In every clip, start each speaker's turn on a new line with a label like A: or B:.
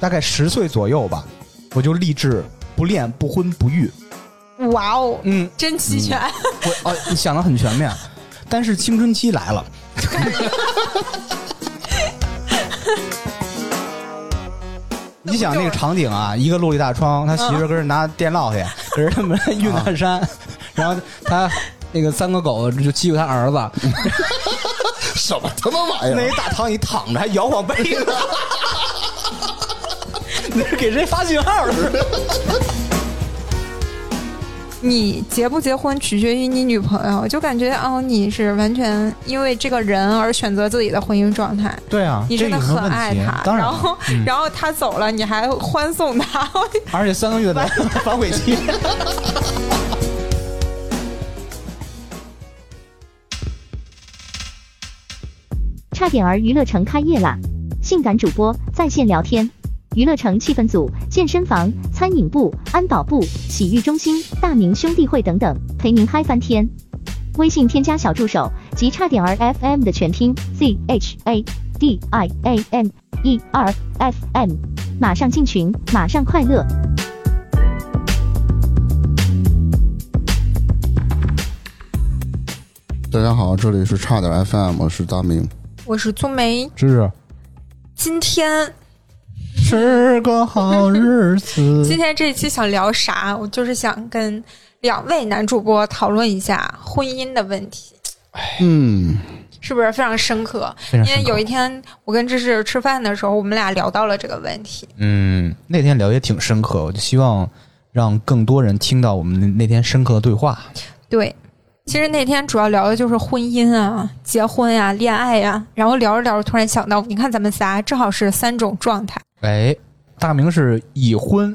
A: 大概十岁左右吧，我就立志不恋不婚不育。
B: 哇哦，
A: 嗯，
B: 真齐全，
A: 我哦，你想的很全面，但是青春期来了。你想那个场景啊，一个洛丽大窗，他媳妇儿跟人拿电烙去，给人他们运到山，然后他那个三个狗就欺负他儿子，
C: 什么他妈玩意
A: 那
C: 儿？
A: 一大躺椅躺着还摇晃被子，那是给谁发信号的？
B: 你结不结婚取决于你女朋友，就感觉哦，你是完全因为这个人而选择自己的婚姻状态。
A: 对啊，
B: 你真的
A: 这有什
B: 很
A: 么问题
B: 爱他，
A: 当然了，嗯
B: 后、然后他走了，你还欢送他，
A: 而且三个月的 反悔期。
D: 差点儿娱乐城开业啦！性感主播在线聊天，娱乐城气氛组、健身房、餐饮部、安保部、洗浴中心、大明兄弟会等等，陪您嗨翻天。微信添加小助手及差点儿 FM 的全拼 Z H A D I A M E R F M，马上进群，马上快乐。
C: 大家好，这里是差点 FM，我是大明。
B: 我是宗梅，
A: 芝芝，
B: 今天
A: 嗯是个好日
B: 今
A: 子。
B: 天这一期想聊啥？我就是想跟两位男主播讨论一下婚姻的问题，
C: 嗯，
B: 是不是非常深刻？
A: 非常
B: 因为
A: 深刻
B: 有一天我跟芝芝吃饭的时候，我们俩聊到了这个问题。
A: 嗯，那天聊也挺深刻，我就希望让更多人听到我们那那天深刻的对话。
B: 对，其实那天主要聊的就是婚姻啊、结婚呀、恋爱呀、然后聊着聊着突然想到，你看咱们仨正好是三种状态：
A: 哎，大明是已婚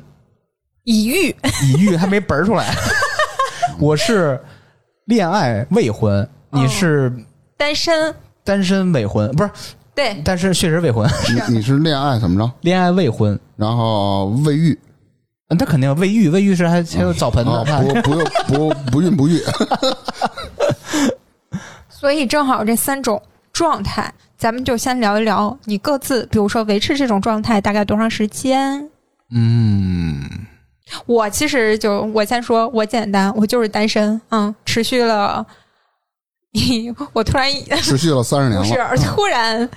B: 已育、
A: 已育，还没本儿出 来。我是恋爱未婚，你是
B: 单身。
A: 单身未婚，不是，
B: 对，
A: 但是确实未婚，
C: 你你是恋爱怎么着？
A: 恋爱未婚。
C: 然后未育
A: 嗯他肯定未育，未育是还还有澡盆
C: 啊
A: 的，，
C: 不不用不不 孕不育，
B: 所以正好这三种状态，咱们就先聊一聊你各自，比如说维持这种状态大概多长时间。
A: 嗯，
B: 我其实就我先说，我简单，我就是单身，嗯，持续了，我突然
C: 持续了三十年
B: 不是
A: 啊
C: 了。，
B: 突然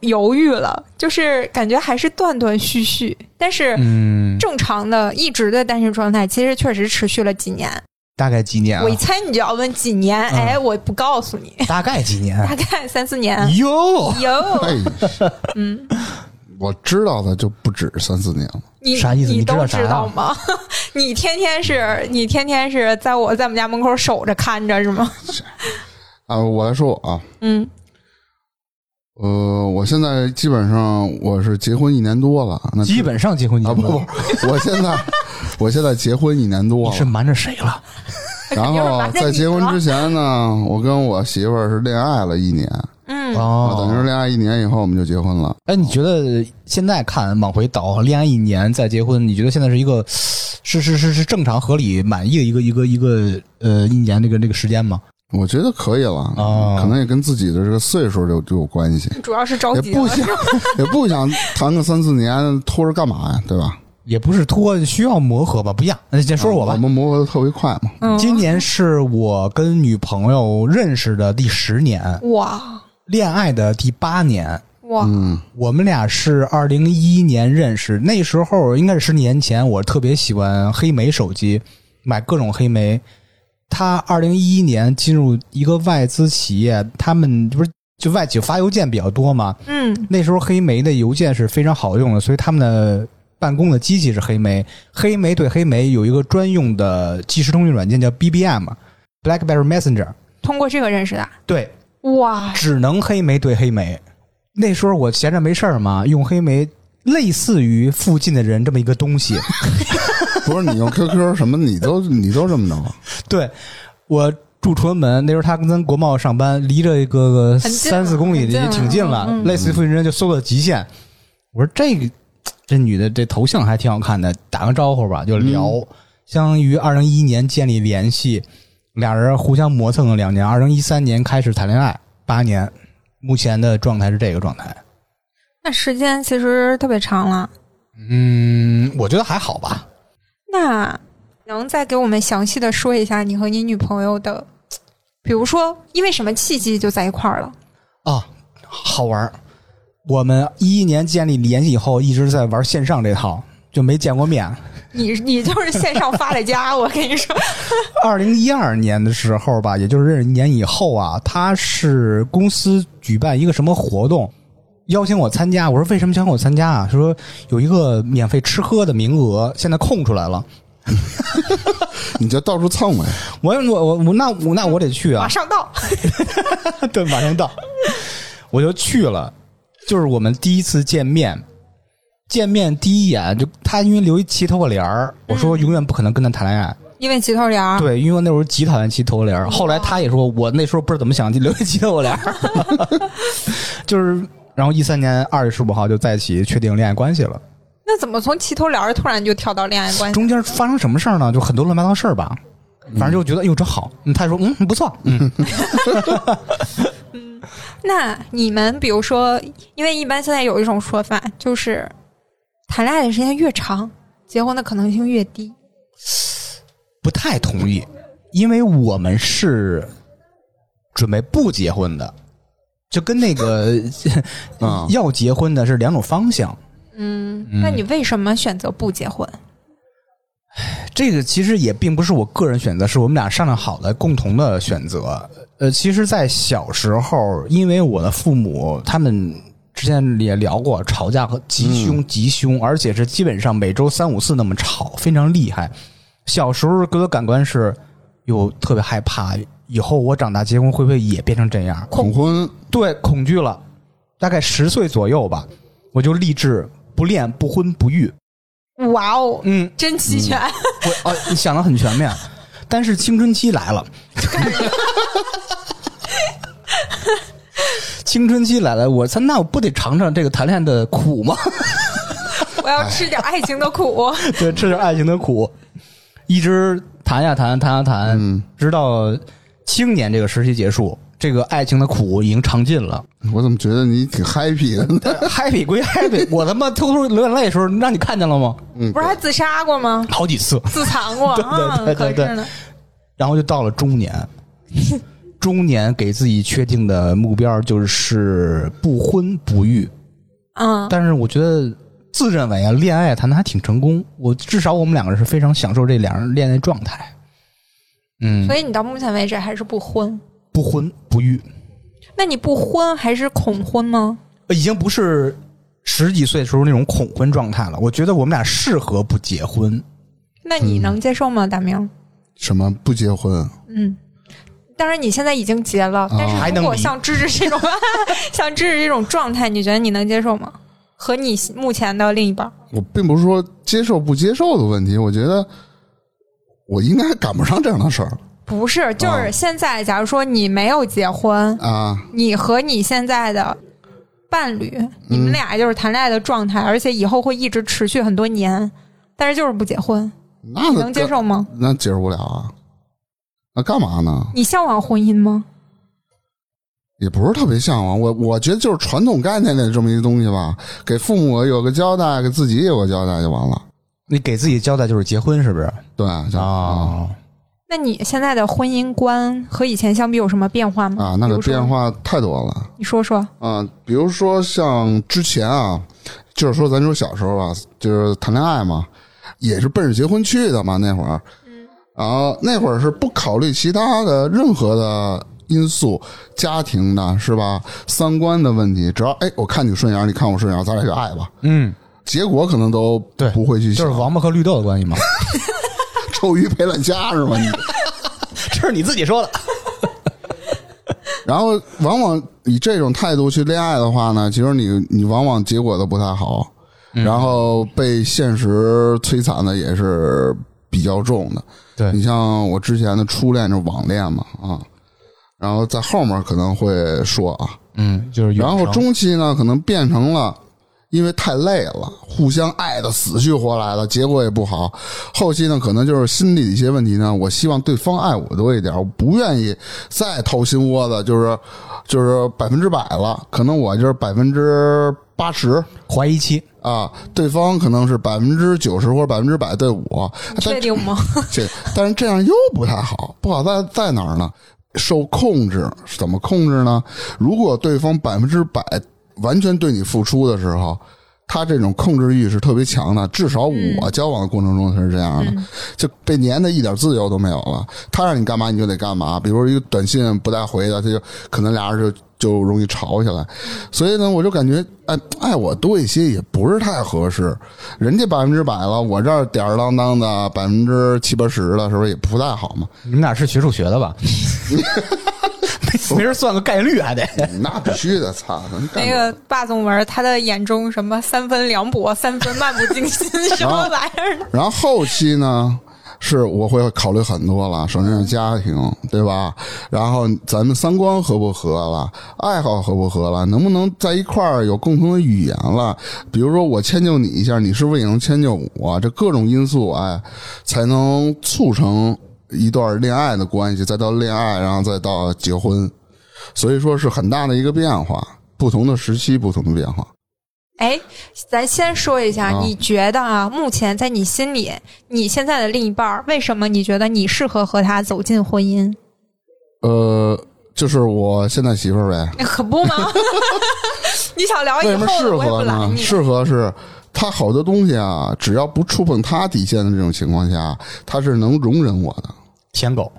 B: 犹豫了，就是感觉还是断断续续。但 是
A: 嗯，
B: 正常的一直的单身状态，其实确实持续了几年。
A: 大概几年啊
B: 我？一猜你就要问几年，
A: 嗯
B: 哎，我不告诉你，
A: 大概几年？啊
B: 大概三四年。
A: 哟，
B: 有
C: 哎，
B: 嗯，
C: 我知道的就不止三四年了。
B: 你
A: 啥意思
B: 你
A: 你知
B: 都
A: 道啥啊
B: 知道吗？ 你天天是你天天是在我在我们家门口守着看着是吗？
C: 啊，我来说我啊，
B: 嗯，
C: 呃，我现在基本上我是结婚一年多了，
B: 嗯
C: 那
A: 基本上结婚
C: 啊
A: 年
C: 不不，我现在我现在结婚一年多
A: 你是
C: 了，
A: 瞒着谁了？
C: 然后在结婚之前呢，我跟我媳妇儿是恋爱了一年，
B: 嗯，
A: 哦
C: 啊，等于是恋爱一年以后我们就结婚了。
A: 哎，你觉得现在看往回倒，恋爱一年再结婚，你觉得现在是一个是是是是正常、合理、满意的一个一个一个呃一年这个这个时间吗？
C: 我觉得可以了，
A: 哦
C: 可能也跟自己的这个岁数就就有关系，
B: 主要是着
C: 也
B: 急
C: 不
B: 了。
C: 想也不想谈个三四年，拖着干嘛呀？对吧？啊
A: 也不是拖，需要磨合吧？不一样。那先说说我吧
C: 嗯我。们磨合的特别快 嘛。
B: 嗯，
A: 今年是我跟女朋友认识的第十年，
B: 哇
A: 恋爱的第八年。
B: 哇，
C: 嗯，
A: 我们俩是二零一一年认识，那时候应该是十年前，我特别喜欢黑莓手机，买各种黑莓。他二零一一年进入一个外资企业，他们不是就外企发邮件比较多嘛？
B: 嗯
A: 那时候黑莓的邮件是非常好用的，所以他们的办公的机器是黑莓。黑莓对黑莓有一个专用的即时通讯软件叫 BBM（BlackBerry Messenger），
B: 通过这个认识的。
A: 对，
B: 哇，
A: 只能黑莓对黑莓。那时候我闲着没事儿嘛，用黑莓类似于附近的人这么一个东 西。
C: 不是你用 QQ 什么，你都你都这么着，
A: 对我住崇文门，那时候他跟国贸上班，离着一个
B: 很近了啊
A: 三四公里
B: 很近
A: 也
B: 了
A: 挺近了，
B: 嗯嗯
A: 类似于附近人就搜到极限。我说这个这女的这头像还挺好看的，打个招呼吧，就聊。
B: 嗯
A: 相当于二零一一年建立联系，俩人互相磨蹭了两年，二零一三年开始谈恋爱，八年，目前的状态是这个状态。
B: 那时间其实特别长了。
A: 嗯，我觉得还好吧。
B: 那能再给我们详细的说一下你和你女朋友的，比如说因为什么契机就在一块儿了？
A: 啊，好玩儿。我们一一年建立联系以后，一直在玩线上这套，就没见过面。
B: 你你就是线上发了家，我跟你说，
A: 二零一二年的时候吧，也就是认识一年以后啊，他是公司举办一个什么活动，邀请我参加。我说为什么想我参加啊？他说有一个免费吃喝的名额，现在空出来了。
C: 你就到处蹭呗。
A: 我我我我那我那我得去啊
B: 马！上到。
A: 对，马上到，我就去了。就是我们第一次见面，见面第一眼就他因为留一齐头发帘儿，我说永远不可能跟他谈恋爱。
B: 因为齐头帘儿，
A: 对，因为我那时候极讨厌骑头发帘儿。后来他也说，我那时候不知道怎么想，就留下骑头发帘儿。 就是，然后一三年二月十五号就在一起确定恋爱关系了。
B: 那怎么从齐头帘儿突然就跳到恋爱关系？
A: 中间发生什么事儿呢？就很多乱七八糟事儿吧。反正就觉得，哎呦，这好。嗯他也说，嗯，不错。嗯，
B: 那你们比如说，因为一般现在有一种说法，就是谈恋爱的时间越长，结婚的可能性越低。
A: 不太同意，因为我们是准备不结婚的，就跟那个
C: 啊
A: 要结婚的是两种方向。
B: 嗯，那你为什么选择不结婚？
A: 这个其实也并不是我个人选择，是我们俩商量好的共同的选择。呃，其实，在小时候，因为我的父母他们之前也聊过，吵架和极凶极凶，而且是基本上每周三五次那么吵，非常厉害。小时候给我感官是有特别害怕，以后我长大结婚会不会也变成这样？
C: 恐婚，
A: 对，恐惧了，大概十岁左右吧，我就立志不恋不婚不育。
B: 哇哦，
A: 嗯，
B: 真齐全！
A: 我哦，你想的很全面，但是青春期来了，青春期来了，我操，那我不得尝尝这个谈恋爱的苦吗？
B: 我要吃点
A: 哎
B: 爱情的苦。
A: 对，吃点爱情的苦，一直谈呀谈，谈呀谈，
C: 嗯
A: 直到青年这个时期结束，这个爱情的苦已经尝尽了。
C: 我怎么觉得你挺 happy 的 呢？
A: happy 归 happy，我他妈偷偷流眼泪的时候，让你看见了吗？
C: 嗯
B: 不，是还自杀过吗？
A: 好几次。
B: 自残过
A: 对对
B: 啊
A: 对，对
B: 可
A: 对
B: 是呢，
A: 然后就到了中 年，中年给自己确定的目标就是不婚不育。
B: 嗯，
A: 但是我觉得自认为啊，恋爱谈的还挺成功。我至少我们两个人是非常享受这两人恋爱状态。嗯，
B: 所以你到目前为止还是不婚。
A: 不婚不育，
B: 那你不婚还是恐婚吗？
A: 呃已经不是十几岁的时候那种恐婚状态了。我觉得我们俩适合不结婚。
B: 那你能接受
A: 嗯
B: 吗，大明？
C: 什么不结婚？
B: 嗯，当然你现在已经结了，但
A: 还
B: 是
A: 能
B: 如果
A: 离
B: 像芝芝这种， 像芝芝这种状态，你觉得你能接受吗？和你目前的另一半，
C: 我并不是说接受不接受的问题，我觉得我应该赶不上这样的事儿
B: 不
A: 啊
B: 是，就是现在，假如说你没有结婚，
C: 啊。
B: 你和你现在的伴侣，
A: 嗯
B: 你们俩就是谈恋爱的状态，而且以后会一直持续很多年，但是就是不结婚，
C: 那
B: 你能接？受吗？
C: 那接受不了啊。那干嘛呢？
B: 你向往婚姻吗？
C: 也不是特别向往。我我觉得就是传统概念的这么一东西吧，给父母有个交代，给自己有个交代就完了。
A: 你给自己交代就是结婚，是不是？
C: 对
A: 啊、
C: 就
B: 那你现在的婚姻观和以前相比有什么变化吗？
C: 啊，那
B: 比
C: 个
B: 如说
C: 变，化太多了。
B: 你说说。
C: 啊，比如说像之前啊，就是说咱说小时候啊，就是谈恋爱嘛，也是奔着结婚去的嘛，那会儿，然后那会儿是不考虑其他的任何的因素，家庭的是吧，三观的问题，只要哎，我看你顺眼，你看我顺眼，咱俩就爱吧。
A: 嗯，
C: 结果可能都
A: 对
C: 不会去
A: 就是
C: 想，
A: 王八和绿豆的关系吗？
C: 臭鱼赔了家是吧？你
A: 这是你自己说的。
C: 然后往往以这种态度去恋爱的话呢，其实你你往往结果都不太好，然后被现实摧残的也是比较重的。
A: 对
C: 你像我之前的初恋就是网恋嘛啊，然后在后面可能会说啊，
A: 嗯，就是远
C: 然后
A: 程
C: 中期呢可能变成了。因为太累了，互相爱的死去活来的，结果也不好。后期呢，可能就是心理的一些问题呢。我希望对方爱我多一点，我不愿意再掏心窝子，就是就是百分之百了。可能我就是百分之八十
A: 怀疑期，
C: 啊，对方可能是百分之九十或者百分之百对我，
B: 你确定 吗？
C: 这但是这样又不太好，不好在在哪儿呢？受控制是怎么控制呢？如果对方百分之百完全对你付出的时候，他这种控制欲是特别强的。至少我交往的过程中是这样的，就被粘的一点自由都没有了。他让你干嘛你就得干嘛，比如说一个短信不带回的，他就可能俩人就就容易吵起来。所以呢，我就感觉哎，爱我多一些也不是太合适。人家百分之百了，我这儿吊儿郎当的百分之七八十了，是不是也不太好嘛？
A: 你们俩是学数学的吧？ 没没人算个概率还啊得。
C: 那必须的，操！能干
B: 那个霸总文，他的眼中什么三分凉薄，三分漫不经 心，什
C: 啊
B: 么玩意儿呢？
C: 然后后期呢，是我会考虑很多了，首先是家庭，对吧？然后咱们三观合不合了，爱好合不合了，能不能在一块儿有共同的语言了？比如说我迁就你一下，你是不是也能迁就我？这各种因素，哎，才能促成一段恋爱的关系，再到恋爱，然后再到结婚，所以说是很大的一个变化，不同的时期，不同的变化。
B: 哎，咱先说一下，
C: 啊
B: 你觉得啊，目前在你心里，你现在的另一半儿，为什么你觉得你适合和他走进婚姻？
C: 呃，就是我现在媳妇儿呗，
B: 那可不吗？ 你想聊
C: 为
B: 哎以
C: 什么
B: 后
C: 适
B: 的，我也不
C: 合呢
B: 拦？你。
C: 适合是他好多东西啊，只要不触碰他底线的这种情况下，他是能容忍我的，
A: 舔狗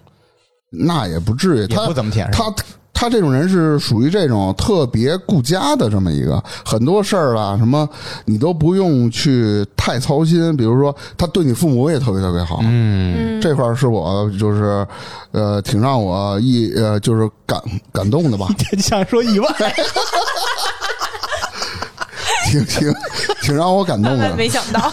C: 那也不至于。
A: 也
C: 他
A: 不怎么舔，是吧
C: 他他这种人是属于这种特别顾家的这么一个，很多事儿啊，什么你都不用去太操心。比如说，他对你父母也特别特别好，
A: 嗯，
B: 嗯，
C: 这块儿是我就是呃，挺让我一呃就是感感 动的吧，
A: 想说意外，
C: 挺挺挺让我感动
B: 万万
C: 的。
B: 没想到，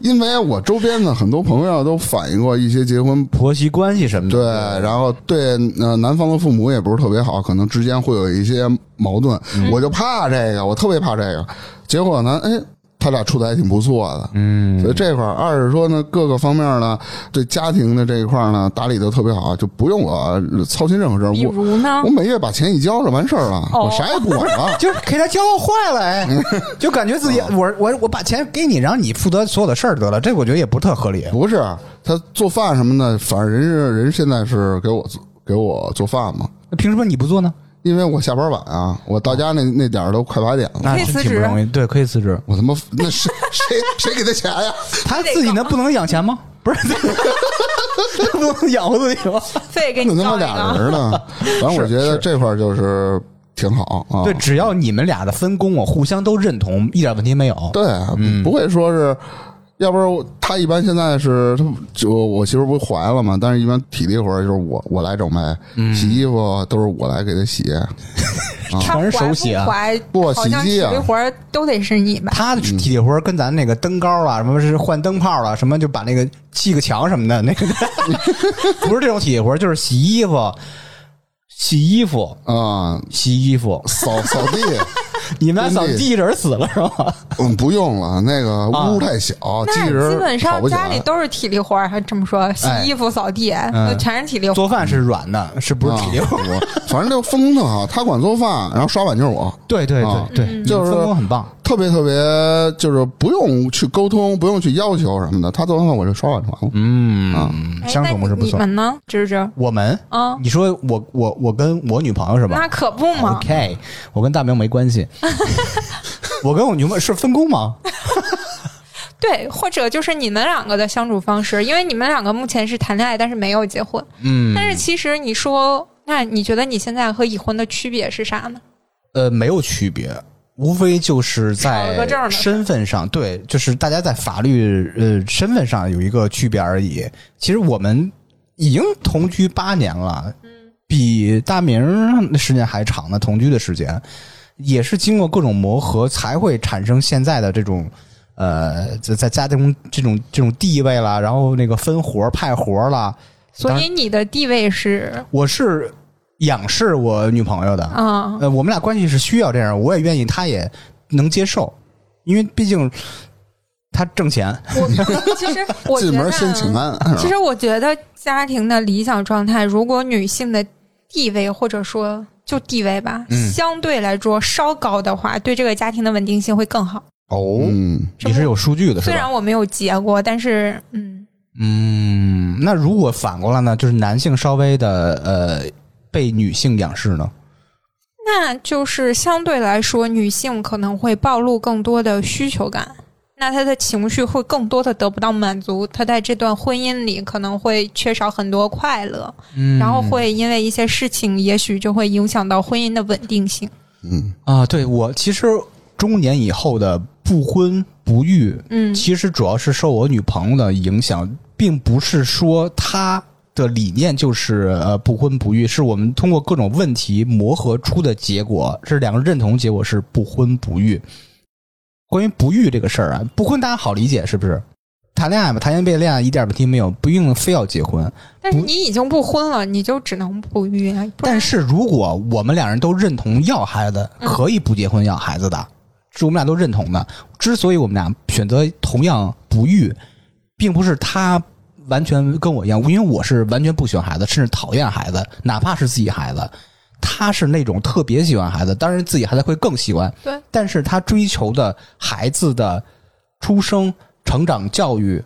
C: 因为我周边的很多朋友都反映过一些结婚
A: 婆媳关系什么
C: 对，
A: 的，。
C: 然后对呃男方的父母也不是特别好，可能之间会有一些矛盾，我就怕这个，我特别怕这个。结果呢，哎，他俩处的还挺不错的，嗯，所以这块儿二是说呢，各个方面呢，对家庭的这一块儿呢打理的特别好，就不用我操心任何事儿，
B: 比
C: 我
B: 如呢
C: 我？每月把钱一交就完事儿了，
B: 哦
C: 我啥也不管了
A: 就是给他教坏了，哎，就感觉自己我我我把钱给你，然后你负责所有的事儿得了，这我觉得也不特合理。
C: 不是他做饭什么的，反正人是人现在是给我做给我做饭嘛，
A: 那凭什么你不做呢？
C: 因为我下班晚啊，我到家那那点儿都快八点了。
A: 那
B: 可以
A: 真
B: 辞
A: 挺不
B: 职啊
A: 容易，对，可以辞职。
C: 我他妈那谁谁谁给他钱呀？
A: 他自己能不能养钱吗？不 是，不能养活自己吗？
B: 非得给
C: 那
B: 你
C: 他妈
B: 造一
C: 俩
B: 个。
C: 人呢？反正我觉得这块儿就是挺好啊。
A: 对，只要你们俩的分工，我互相都认同，一点问题没有。
C: 对，啊不会说是，要不然我他一般现在是他就我媳妇儿不怀了嘛，但是一般体力活儿就是我我来整呗，洗衣服都是我来给他洗。
B: 他
A: 全是手洗啊
B: 怀
C: 不
B: 怀好像
C: 洗衣
B: 体
C: 啊
B: 力活儿都得是你吧？
A: 他的体力活儿跟咱那个登高啊，什么是换灯泡啊了，什么就把那个砌个墙什么的，那个不是这种体力活儿，就是洗衣服、洗衣服、
C: 啊、
A: 洗衣服。
C: 扫 扫地，
A: 你们俩扫地人死了是吗？
C: 嗯，不用了，那个屋太小，机器
B: 那
C: 人儿
B: 基本
C: 跑
B: 上
C: 不起啊哎
B: 家里
C: 来
B: 都是体力活儿，还这么说，洗衣服、扫地，
A: 嗯
B: 全是体力活
A: 做饭是软的，是不是体力活儿？
C: 啊我反正这分工特好，他管做饭，然后刷碗就是我。
A: 对对
C: 啊
A: 对对，
C: 就是
A: 分工很棒。
C: 特别特别，就是不用去沟通，不用去要求什么的，他做完饭我就刷碗就完了。
A: 嗯，
B: 儿。
A: 相处模式不
B: 哎那你
A: 错。
B: 们呢，芝芝？
A: 我们，
B: 啊，
A: 你说我我我跟我女朋友是吧？
B: 那可不嘛。
A: OK，我跟大明没关 系。我跟我女朋友是分工吗？
B: 对，或者就是你们两个的相处方式，因为你们两个目前是谈恋爱，但是没有结婚。
A: 嗯，
B: 但是其实你说，那你觉得你现在和已婚的区别是啥呢？
A: 呃，没有区别，无非就是
B: 少了个证
A: 在
B: 儿呢
A: 身份上，对，就是大家在法律呃身份上有一个区别而已。其实我们已经同居八年了，
B: 嗯
A: 比大明儿的时间还长呢，同居的时间也是经过各种磨合，才会产生现在的这种。呃，在在家这种这种这种地位啦，然后那个分活儿派活儿啦，
B: 所
A: 当
B: 以你的地位是，
A: 我是仰视我女朋友的，
B: 嗯，
A: 呃，我们俩关系是需要这样，我也愿意，她也能接受，因为毕竟她挣钱，
B: 我 其实我觉
C: 进
B: 得
C: 门先请
B: 啊，
C: 安，
A: 嗯
C: 是吧
B: 其实我觉得家庭的理想状态，如果女性的地位或者说就地位吧，
A: 嗯
B: 相对来说稍高的话，对这个家庭的稳定性会更好。
A: 哦，
C: 嗯，
A: 你是有数据的是
B: 虽
A: 吧
B: 然？我没有结过，但是嗯，
A: 嗯，那如果反过来呢？就是男性稍微的呃被女性仰视呢？
B: 那就是相对来说，女性可能会暴露更多的需求感，那她的情绪会更多的得不到满足，她在这段婚姻里可能会缺少很多快乐，
A: 嗯
B: 然后会因为一些事情，也许就会影响到婚姻的稳定性。
C: 嗯
A: 啊，对我其实中年以后的不婚不育，
B: 嗯
A: 其实主要是受我女朋友的影响，并不是说她的理念就是呃不婚不育，是我们通过各种问题磨合出的结果，是两个人认同结果是不婚不育。关于不育这个事儿啊，不婚大家好理解是不是？谈恋爱嘛，谈恋爱恋爱一点问题没有，不一定非要结婚。
B: 但是你已经不婚了，你就只能不育啊。不然
A: 但是如果我们两人都认同要孩子，
B: 嗯
A: 可以不结婚要孩子的，是我们俩都认同的。之所以我们俩选择同样不育，并不是他完全跟我一样，因为我是完全不喜欢孩子，甚至讨厌孩子，哪怕是自己孩子。他是那种特别喜欢孩子，当然自己孩子会更喜欢，
B: 对，
A: 但是他追求的孩子的出生、成长、教育，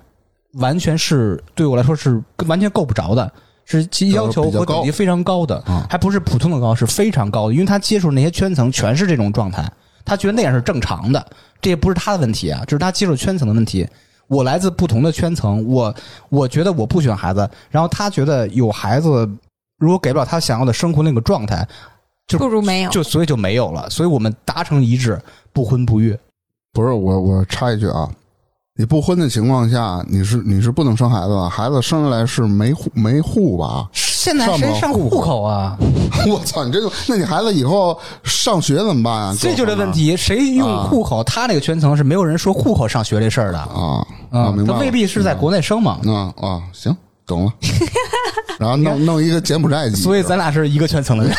A: 完全是对我来说是完全够不着的，是其要求和等级非常高的，还不是普通的高，是非常高的，因为他接触那些圈层全是这种状态，他觉得那样是正常的，这也不是他的问题啊，这是他接触圈层的问题。我来自不同的圈层，我我觉得我不喜欢孩子，然后他觉得有孩子，如果给不了他想要的生活那个状态，就
B: 不如没有。
A: 就所以就没有了，所以我们达成一致，不婚不育。？
C: 不是我我插一句啊，你不婚的情况下，你是你是不能生孩子的，孩子生下来是没户没户吧
A: 现在
C: 在
A: 谁
C: 谁
A: 上
C: 上
A: 户
C: 户
A: 口啊？
C: 我操，你这就那你孩子以后上学怎么办啊？
A: 这就这问题，谁用户口？他那个圈层是没有人说户口上学这事儿的啊，
C: 啊啊，明白
A: 他
C: 了，
A: 未必是在国内生嘛。
C: 啊啊，行，懂 了。然后弄弄一个柬埔寨籍，
A: 嗯所以咱俩是一个圈层的 人，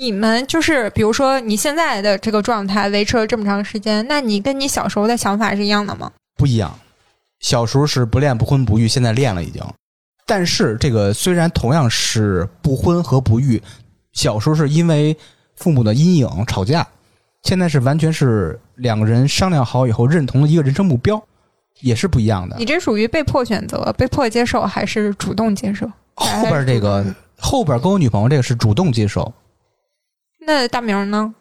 B: 你们就是比如说你现在的这个状态维持了这么长时间，那你跟你小时候的想法是一样的吗？
A: 不一样。小时候是不恋不婚不育，现在恋了已经。但是这个虽然同样是不婚和不育，小时候是因为父母的阴影吵架，现在是完全是两个人商量好以后认同了一个人生目标，也是不一样的
B: 你。这属于被迫选择、被迫接受，还是主动接受？
A: 后边这个后边跟我女朋友这个是主动接受，
B: 那大明呢？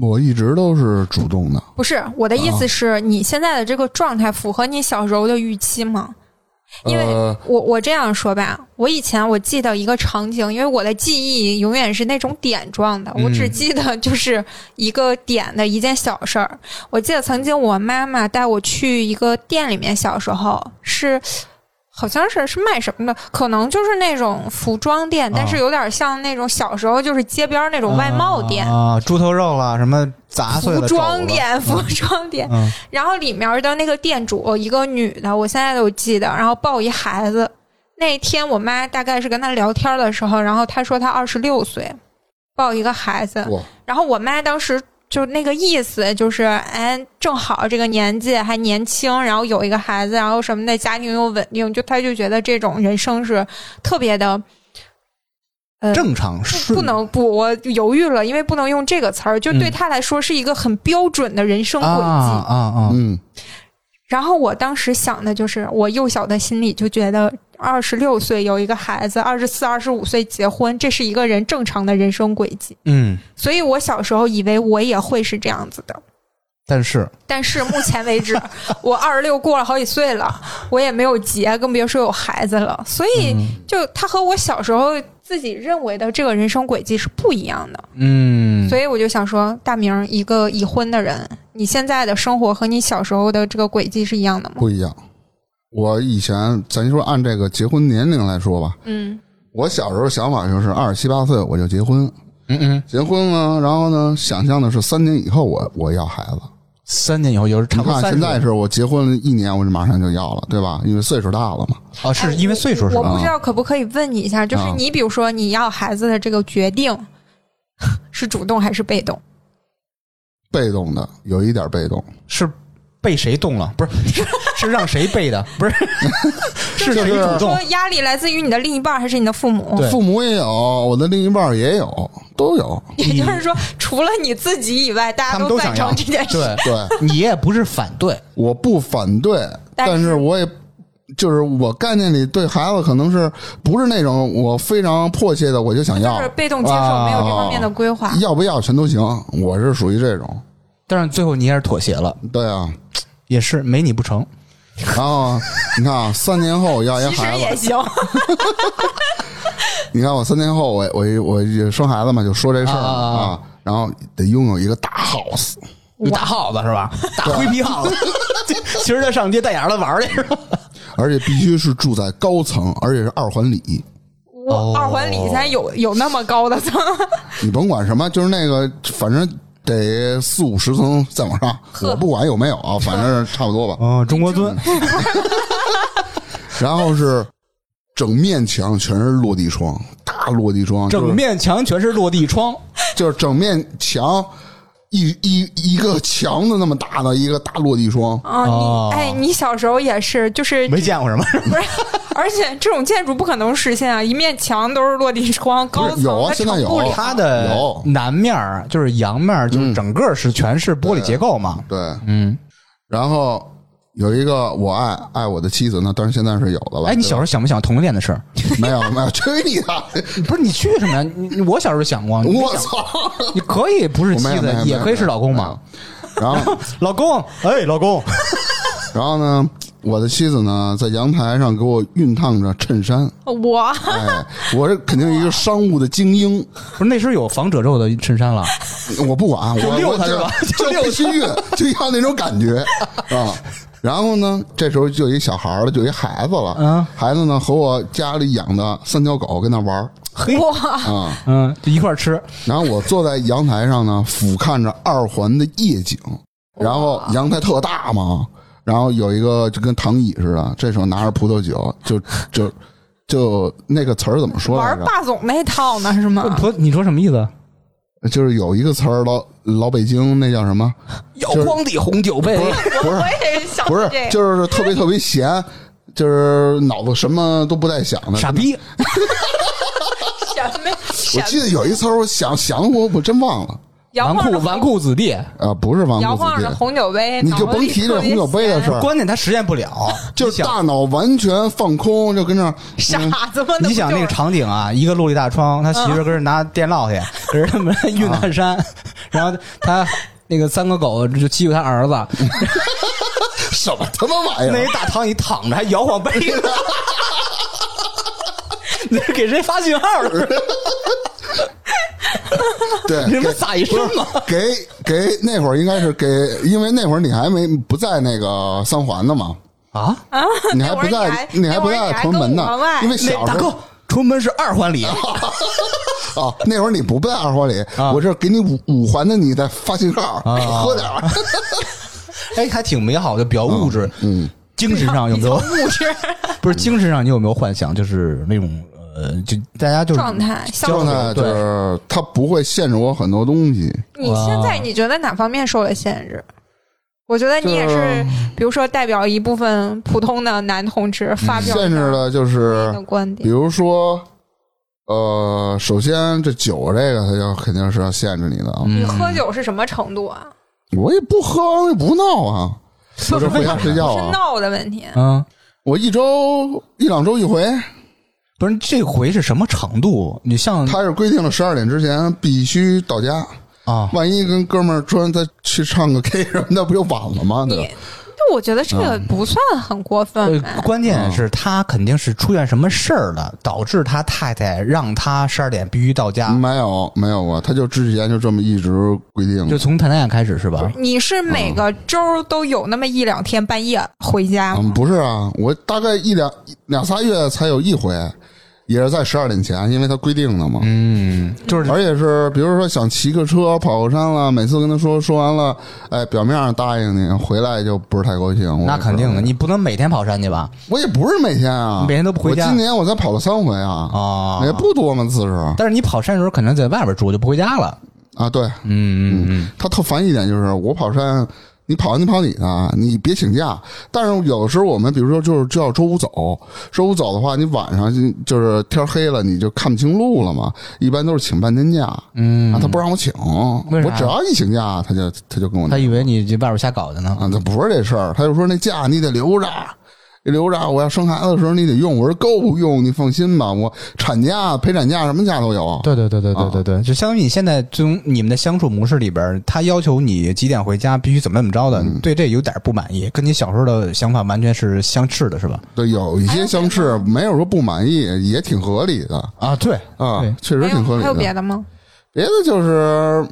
C: 我一直都是主动的，
B: 不是我的意
A: 啊
B: 思是、你现在的这个状态符合你小时候的预期吗？因为
C: 呃
B: 我我这样说吧，我以前我记得一个场景，因为我的记忆永远是那种点状的，
A: 嗯
B: 我只记得就是一个点的一件小事儿。我记得曾经我妈妈带我去一个店里面，小时候是。好像是是卖什么的，可能就是那种服装店，但是有点像那种小时候就是街边儿那种外贸店、
A: 啊，猪头肉啦，什么杂碎
B: 服
A: 的
B: 装，店、服装店。
A: 肘子嗯，
B: 然后里面的那个店主，一个女的，我现在都记得，然后抱一孩子。那天我妈大概是跟她聊天的时候，然后她说她二十六岁，抱一个孩子。
C: 哇，
B: 然后我妈当时就那个意思就是，哎，正好这个年纪还年轻，然后有一个孩子，然后什么的，家庭又稳定，就她就觉得这种人生是特别的，呃，
A: 正常
B: 不
A: 顺
B: 不能不，我犹豫了，因为不能用这个词儿，就对
A: 嗯
B: 她来说是一个很标准的人生
A: 啊
B: 轨迹。
A: 啊啊！
C: 嗯，
B: 然后我当时想的就是，我幼小的心里就觉得，二十六岁有一个孩子，二十四、二十五岁结婚，这是一个人正常的人生轨迹。
A: 嗯，
B: 所以我小时候以为我也会是这样子的，
A: 但是
B: 但是目前为止，我二十六过了好几岁了，我也没有结，更别说有孩子了。所以，就他和我小时候自己认为的这个人生轨迹是不一样的。
A: 嗯，
B: 所以我就想说，大明儿，一个已婚的人，你现在的生活和你小时候的这个轨迹是一样的吗？
C: 不一样。我以前咱就说按这个结婚年龄来说吧，
B: 嗯。
C: 我小时候想法就是二十七八岁我就结婚，
A: 嗯嗯，
C: 结婚了，然后呢，想象的是三年以后我我要孩子。
A: 三年以后就是差
C: 你
A: 不多
C: 看
A: 三十
C: 现在是我结婚一年我就马上就要了，对吧？因为岁数大了嘛。
A: 哦，是因为岁数是啊
B: 哎我
A: 吧？
B: 不知道可不可以问你一下，就是
C: 啊
B: 你比如说你要孩子的这个决定是主动还是被动？
C: 被动的有一点被动，
A: 是被谁动了？不是， 是是让谁背的？ 不是，是谁主动
B: 说？压力来自于你的另一半还是你的父母？
A: 对
C: 父母也有，我的另一半也有，都有。
B: 也就是说，除了你自己以外，大
A: 他
B: 家
A: 们都
B: 赞
A: 想要
B: 成这件事。
A: 对，
C: 对，
A: 你也不是反对，
C: 我不反对，
B: 但
C: 但是我也就是我概念里对孩子可能是不是那种我非常迫切的我就想要
B: 就是被动接受，
A: 啊
B: 没有这方面的规划。
A: 哦
C: 要不要全都行，我是属于这种。
A: 但是最后你还是妥协了，
C: 对啊，
A: 也是没你不成。
C: 然后你看啊，三年后我要一
B: 其实
C: 孩
B: 也
C: 子，
B: 行，
C: 你看我三年后我我我就生孩子嘛，就说这事儿嘛
A: 啊啊啊
C: 啊，然后得拥有一个大 house，
A: 你大耗子是吧？大灰皮耗 子，骑着它上街带眼儿的玩儿去是吧？
C: 而且必须是住在高层，而且是二环里。
B: 我二环里才
A: 哦
B: 有有那么高的层，
C: 你甭管什么，就是那个，反正得四五十层再往上，我不管有没有啊，反正差不多吧。
A: 哦，中国尊，
C: 哎然后是整面墙全是落地窗，大落地窗，
A: 整面墙全是落地窗，
C: 就是、就是整面墙一一一个墙的那么大的一个大落地窗。
B: 啊，
A: 哦
B: 你哎，你小时候也是，就是
A: 没见过 什么。
B: 不是，而且这种建筑不可能实现啊！一面墙都是落地窗，高层
C: 有啊
B: 它
C: 现在
B: 成
C: 有
B: 不了
A: 它的
C: 有嗯
A: 南面儿就是阳面儿，就是整个是全是玻璃结构嘛。
C: 对，
A: 嗯，
C: 然后有一个我爱爱我的妻子，那当然现在是有的了。
A: 哎，你
C: 对
A: 小时候想不想同性恋的事儿？
C: 吧没有没有， 吹你的！
A: 不是你去什么呀？你你我小时候想 过，你没
C: 我
A: 想
C: 操！
A: 你可以不是妻
C: 我没有没有
A: 子，也可以是老公嘛？
C: 然后
A: 老公，哎，老公，
C: 然后呢，我的妻子呢在阳台上给我熨烫着衬衫，
B: 我
C: 哎，我是肯定一个商务的精英，
A: 不是那时候有防褶皱的衬衫 了，
C: 我不管，我
A: 就溜他是 吧
C: 我
A: 就
C: 就
A: 溜
C: 就
A: 他
C: 必须 熨，就要那种感觉啊。然后呢，这时候就有一小孩儿了，就有一孩子了，
A: 嗯
C: 孩子呢和我家里养的三条狗跟那玩儿
A: 嘿，
B: 我
C: 啊。
A: 嗯，就一块儿吃，
C: 然后我坐在阳台上呢，俯瞰着二环的夜景。然后阳台特大嘛，然后有一个就跟躺椅似的，这时候拿着葡萄酒，就就就那个词儿怎么说来
B: 玩霸总那套呢是
C: 啊
B: 吗？
A: 不，你说什么意思？
C: 着？就是有一个词儿老老北京那叫什么？
A: 耀光的红酒杯，
C: 不是
B: 哎 我也想
C: 不是
B: 这，个，
C: 就是特别特别闲，就是脑子什么都不带想的
A: 傻。逼，
B: 什么
C: 我记得有一词儿，我想想我我真忘了
A: 纨
B: 杨
A: 绔纨绔子弟。
C: 啊，不是王
B: 摇
C: 公
B: 晃
C: 子
B: 着
C: 弟，
B: 红酒杯，
C: 你就甭提这红酒杯的事
B: 儿。
C: 儿，嗯
A: 关键他实现不了，
C: 就是
A: 你想
C: 大脑完全放空，就跟那儿
B: 傻子吗？
A: 你想那个
B: 场，
A: 场景啊，一个落地大窗，他媳妇儿跟这拿电烙去，跟着他们运汗衫，然后他那个三个狗就欺负他儿子，
C: 什么他妈玩意
A: 那
C: 儿啊
A: 一？大躺椅躺着还摇晃背呢，你是给谁发信号了？
C: 对，
A: 你
C: 给
A: 们撒一身吗？
C: 给给那会儿应该是给，因为那会儿你还没不在那个三环呢嘛，
A: 啊，
C: 你还不
B: 那
C: 在，
B: 会儿你还
C: 还
B: 那会
C: 不
B: 儿
C: 在
B: 你还
C: 屯门呢
B: 跟我外，
C: 因
A: 那
C: 为小
A: 大
C: 时
A: 哥
C: 候。
A: 出门是二环里，
C: 啊，那会儿你不在二环里，
A: 啊
C: 我这给你五五环的，你在发信号，
A: 啊
C: 喝点儿。
A: 哎，还挺美好的，比较物质。
C: 嗯，
A: 精神上有没有物质？ 不是精神上，你有没有幻想？就是那种呃，就大家就是
B: 状态消
A: 交
C: 状
A: 流
C: 态就
A: 对
C: 是它不会限制我很多东西，
B: 你现
C: 啊
B: 在你觉得哪方面受了限制？我觉得你也是，比如说代表一部分普通的男同志发表
C: 嗯限制的就
B: 你
C: 是
B: 的观
C: 比
B: 点，
C: 如说，呃，首先这酒这个，它就肯定是要限制你的啊。
B: 你喝酒是什么程度啊？
C: 我也不喝，我也不闹啊，我就回家睡觉
B: 是
C: 啊。
B: 闹的问题。
A: 嗯。
C: 我一周一两周一回，
A: 不是这回是什么程度？你像
C: 他是规定了十二点之前必须到家。
A: 啊，
C: 万一跟哥们儿说再去唱个 K 什么的，不嗯就晚了吗？对吧？
B: 那我觉得这个不算很过分吧
A: 呃，关
C: 嗯
A: 键是他肯定是出现什么事儿了，导致他太太让他十二点必须到家，
C: 没有没有啊，他就之前就这么一直规定
A: 就从谈恋爱开始是吧？
B: 你是每个周都有那么一两天半夜回家吗
C: 嗯嗯，不是啊，我大概一两两仨月才有一回，也是在十二点前，因为他规定的嘛。
A: 嗯，就是
C: 而且是，比如说想骑个车跑个山了，每次跟他说说完了，哎，表面上答应你，回来就不是太高兴。我
A: 那
C: 也
A: 肯
C: 不知道
A: 定的，你不能每天跑山去吧？
C: 我也不是每天啊，
A: 每天都不回家
C: 我今年我才跑了三回啊，
A: 啊，
C: 也不多嘛次数
A: 但是你跑山的时候肯定在外边住，就不回家了。
C: 啊。对，
A: 嗯嗯嗯，
C: 他特烦一点就是我跑山，你跑你跑你的，你别请假。但是有时候我们比如说就是就要周五走，周五走的话，你晚上就就是天黑了，你就看不清路了嘛。一般都是请半天假，
E: 嗯
C: 啊，他不让我请，
E: 为啥
C: 我只要一请假，他就他就跟我
E: 他以为你这外边瞎搞的呢。
C: 啊，他不是这事儿，他就说那假你得留着，留着，我要生孩子的时候你得用。我说够用，你放心吧，我产假、陪产假什么假都有。
A: 对对对对对对对，就相当于你现在从你们的相处模式里边，他要求你几点回家，必须怎么怎么着的，对这有点不满意，跟你小时候的想法完全是相斥的，是吧？
C: 对，有一些相斥，没有说不满意，也挺合理的
E: 啊，对，
C: 啊
E: 对，
C: 确实
B: 还有
C: 挺合理
B: 哎还有
C: 的。
B: 别的吗？
C: 别的就是，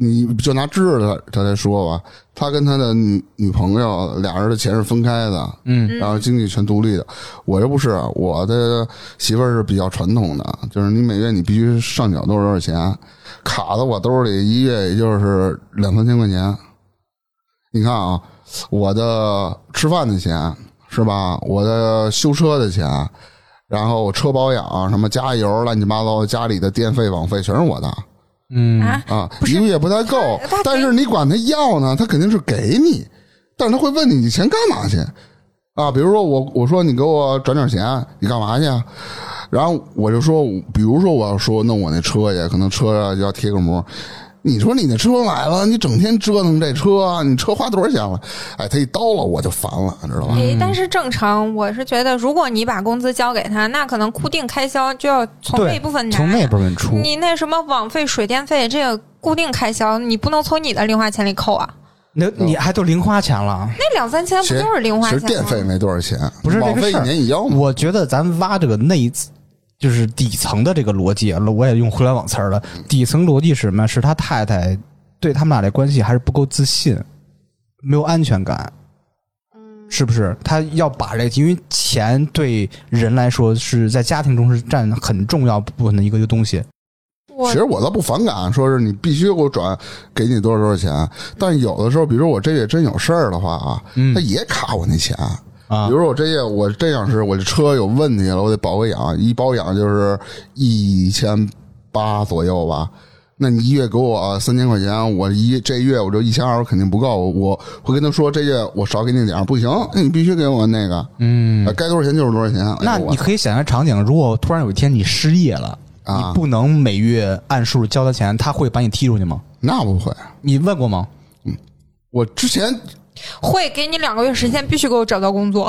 C: 你就拿知识他他来说吧，他跟他的女女朋友俩人的钱是分开的，
E: 嗯，
C: 然后经济全独立的。我这不是，我的媳妇儿是比较传统的，就是你每月你必须上缴多少多少钱，卡到我兜里一月也就是两三千块钱。你看啊，我的吃饭的钱是吧？我的修车的钱，然后我车保养什么加油乱七八糟，家里的电费网费全是我的
A: 嗯，
B: 啊，
C: 啊，
B: 不是
C: 一个月不太够
B: 他他给。
C: 但是你管他要呢，他肯定是给你，但是他会问你你钱干嘛去啊？比如说我我说你给我转点钱，你干嘛去啊？然后我就说，比如说我要说弄我那车去，可能车要贴个膜。你说你那车买了，你整天折腾这车，啊你车花多少钱了？哎，他一叨了我就烦了，知道吧？
B: 诶，但是正常，我是觉得，如果你把工资交给他，那可能固定开销就要从那
A: 对
B: 部分，拿，
A: 从那部分出，
B: 你那什么网费、水电费这个固定开销，你不能从你的零花钱里扣啊。
A: 那你还都零花钱了。
B: 那两三千不
C: 其实
B: 都是零花
C: 其实
B: 钱吗？
C: 电费没多少钱，
A: 不是这个
C: 网费
A: 事
C: 一
A: 儿
C: 年一交嘛。
A: 我觉得咱挖这个内，就是底层的这个逻辑，我也用互联网词儿了。底层逻辑是什么？是他太太对他们俩的关系还是不够自信，没有安全感，
B: 嗯
A: 是不是？他要把这，因为钱对人来说是在家庭中是占很重要部分的一个一个东西。
B: 我
C: 其实我倒不反感，说是你必须给我转，给你多少多少钱。但是有的时候，比如我这月真有事儿的话啊，
A: 嗯
C: 他也卡我那钱。
A: 啊
C: 比如，说我这月我这样是我这车有问题了，我得保个养，一保养就是一千八左右吧。那你一月给我三千块钱，我一这月我就一千二，肯定不够。我会跟他说，这月我少给你点儿，不行，你必须给我那个，
A: 嗯
C: 呃，该多少钱就是多少钱。哎
A: 那
C: 我
A: 你可以想象场景，如果突然有一天你失业了，
C: 啊
A: 你不能每月按数交他钱，他会把你踢出去吗？
C: 那不会，
A: 你问过吗？
C: 我之前
B: 会给你两个月时间，必须给我找到工作，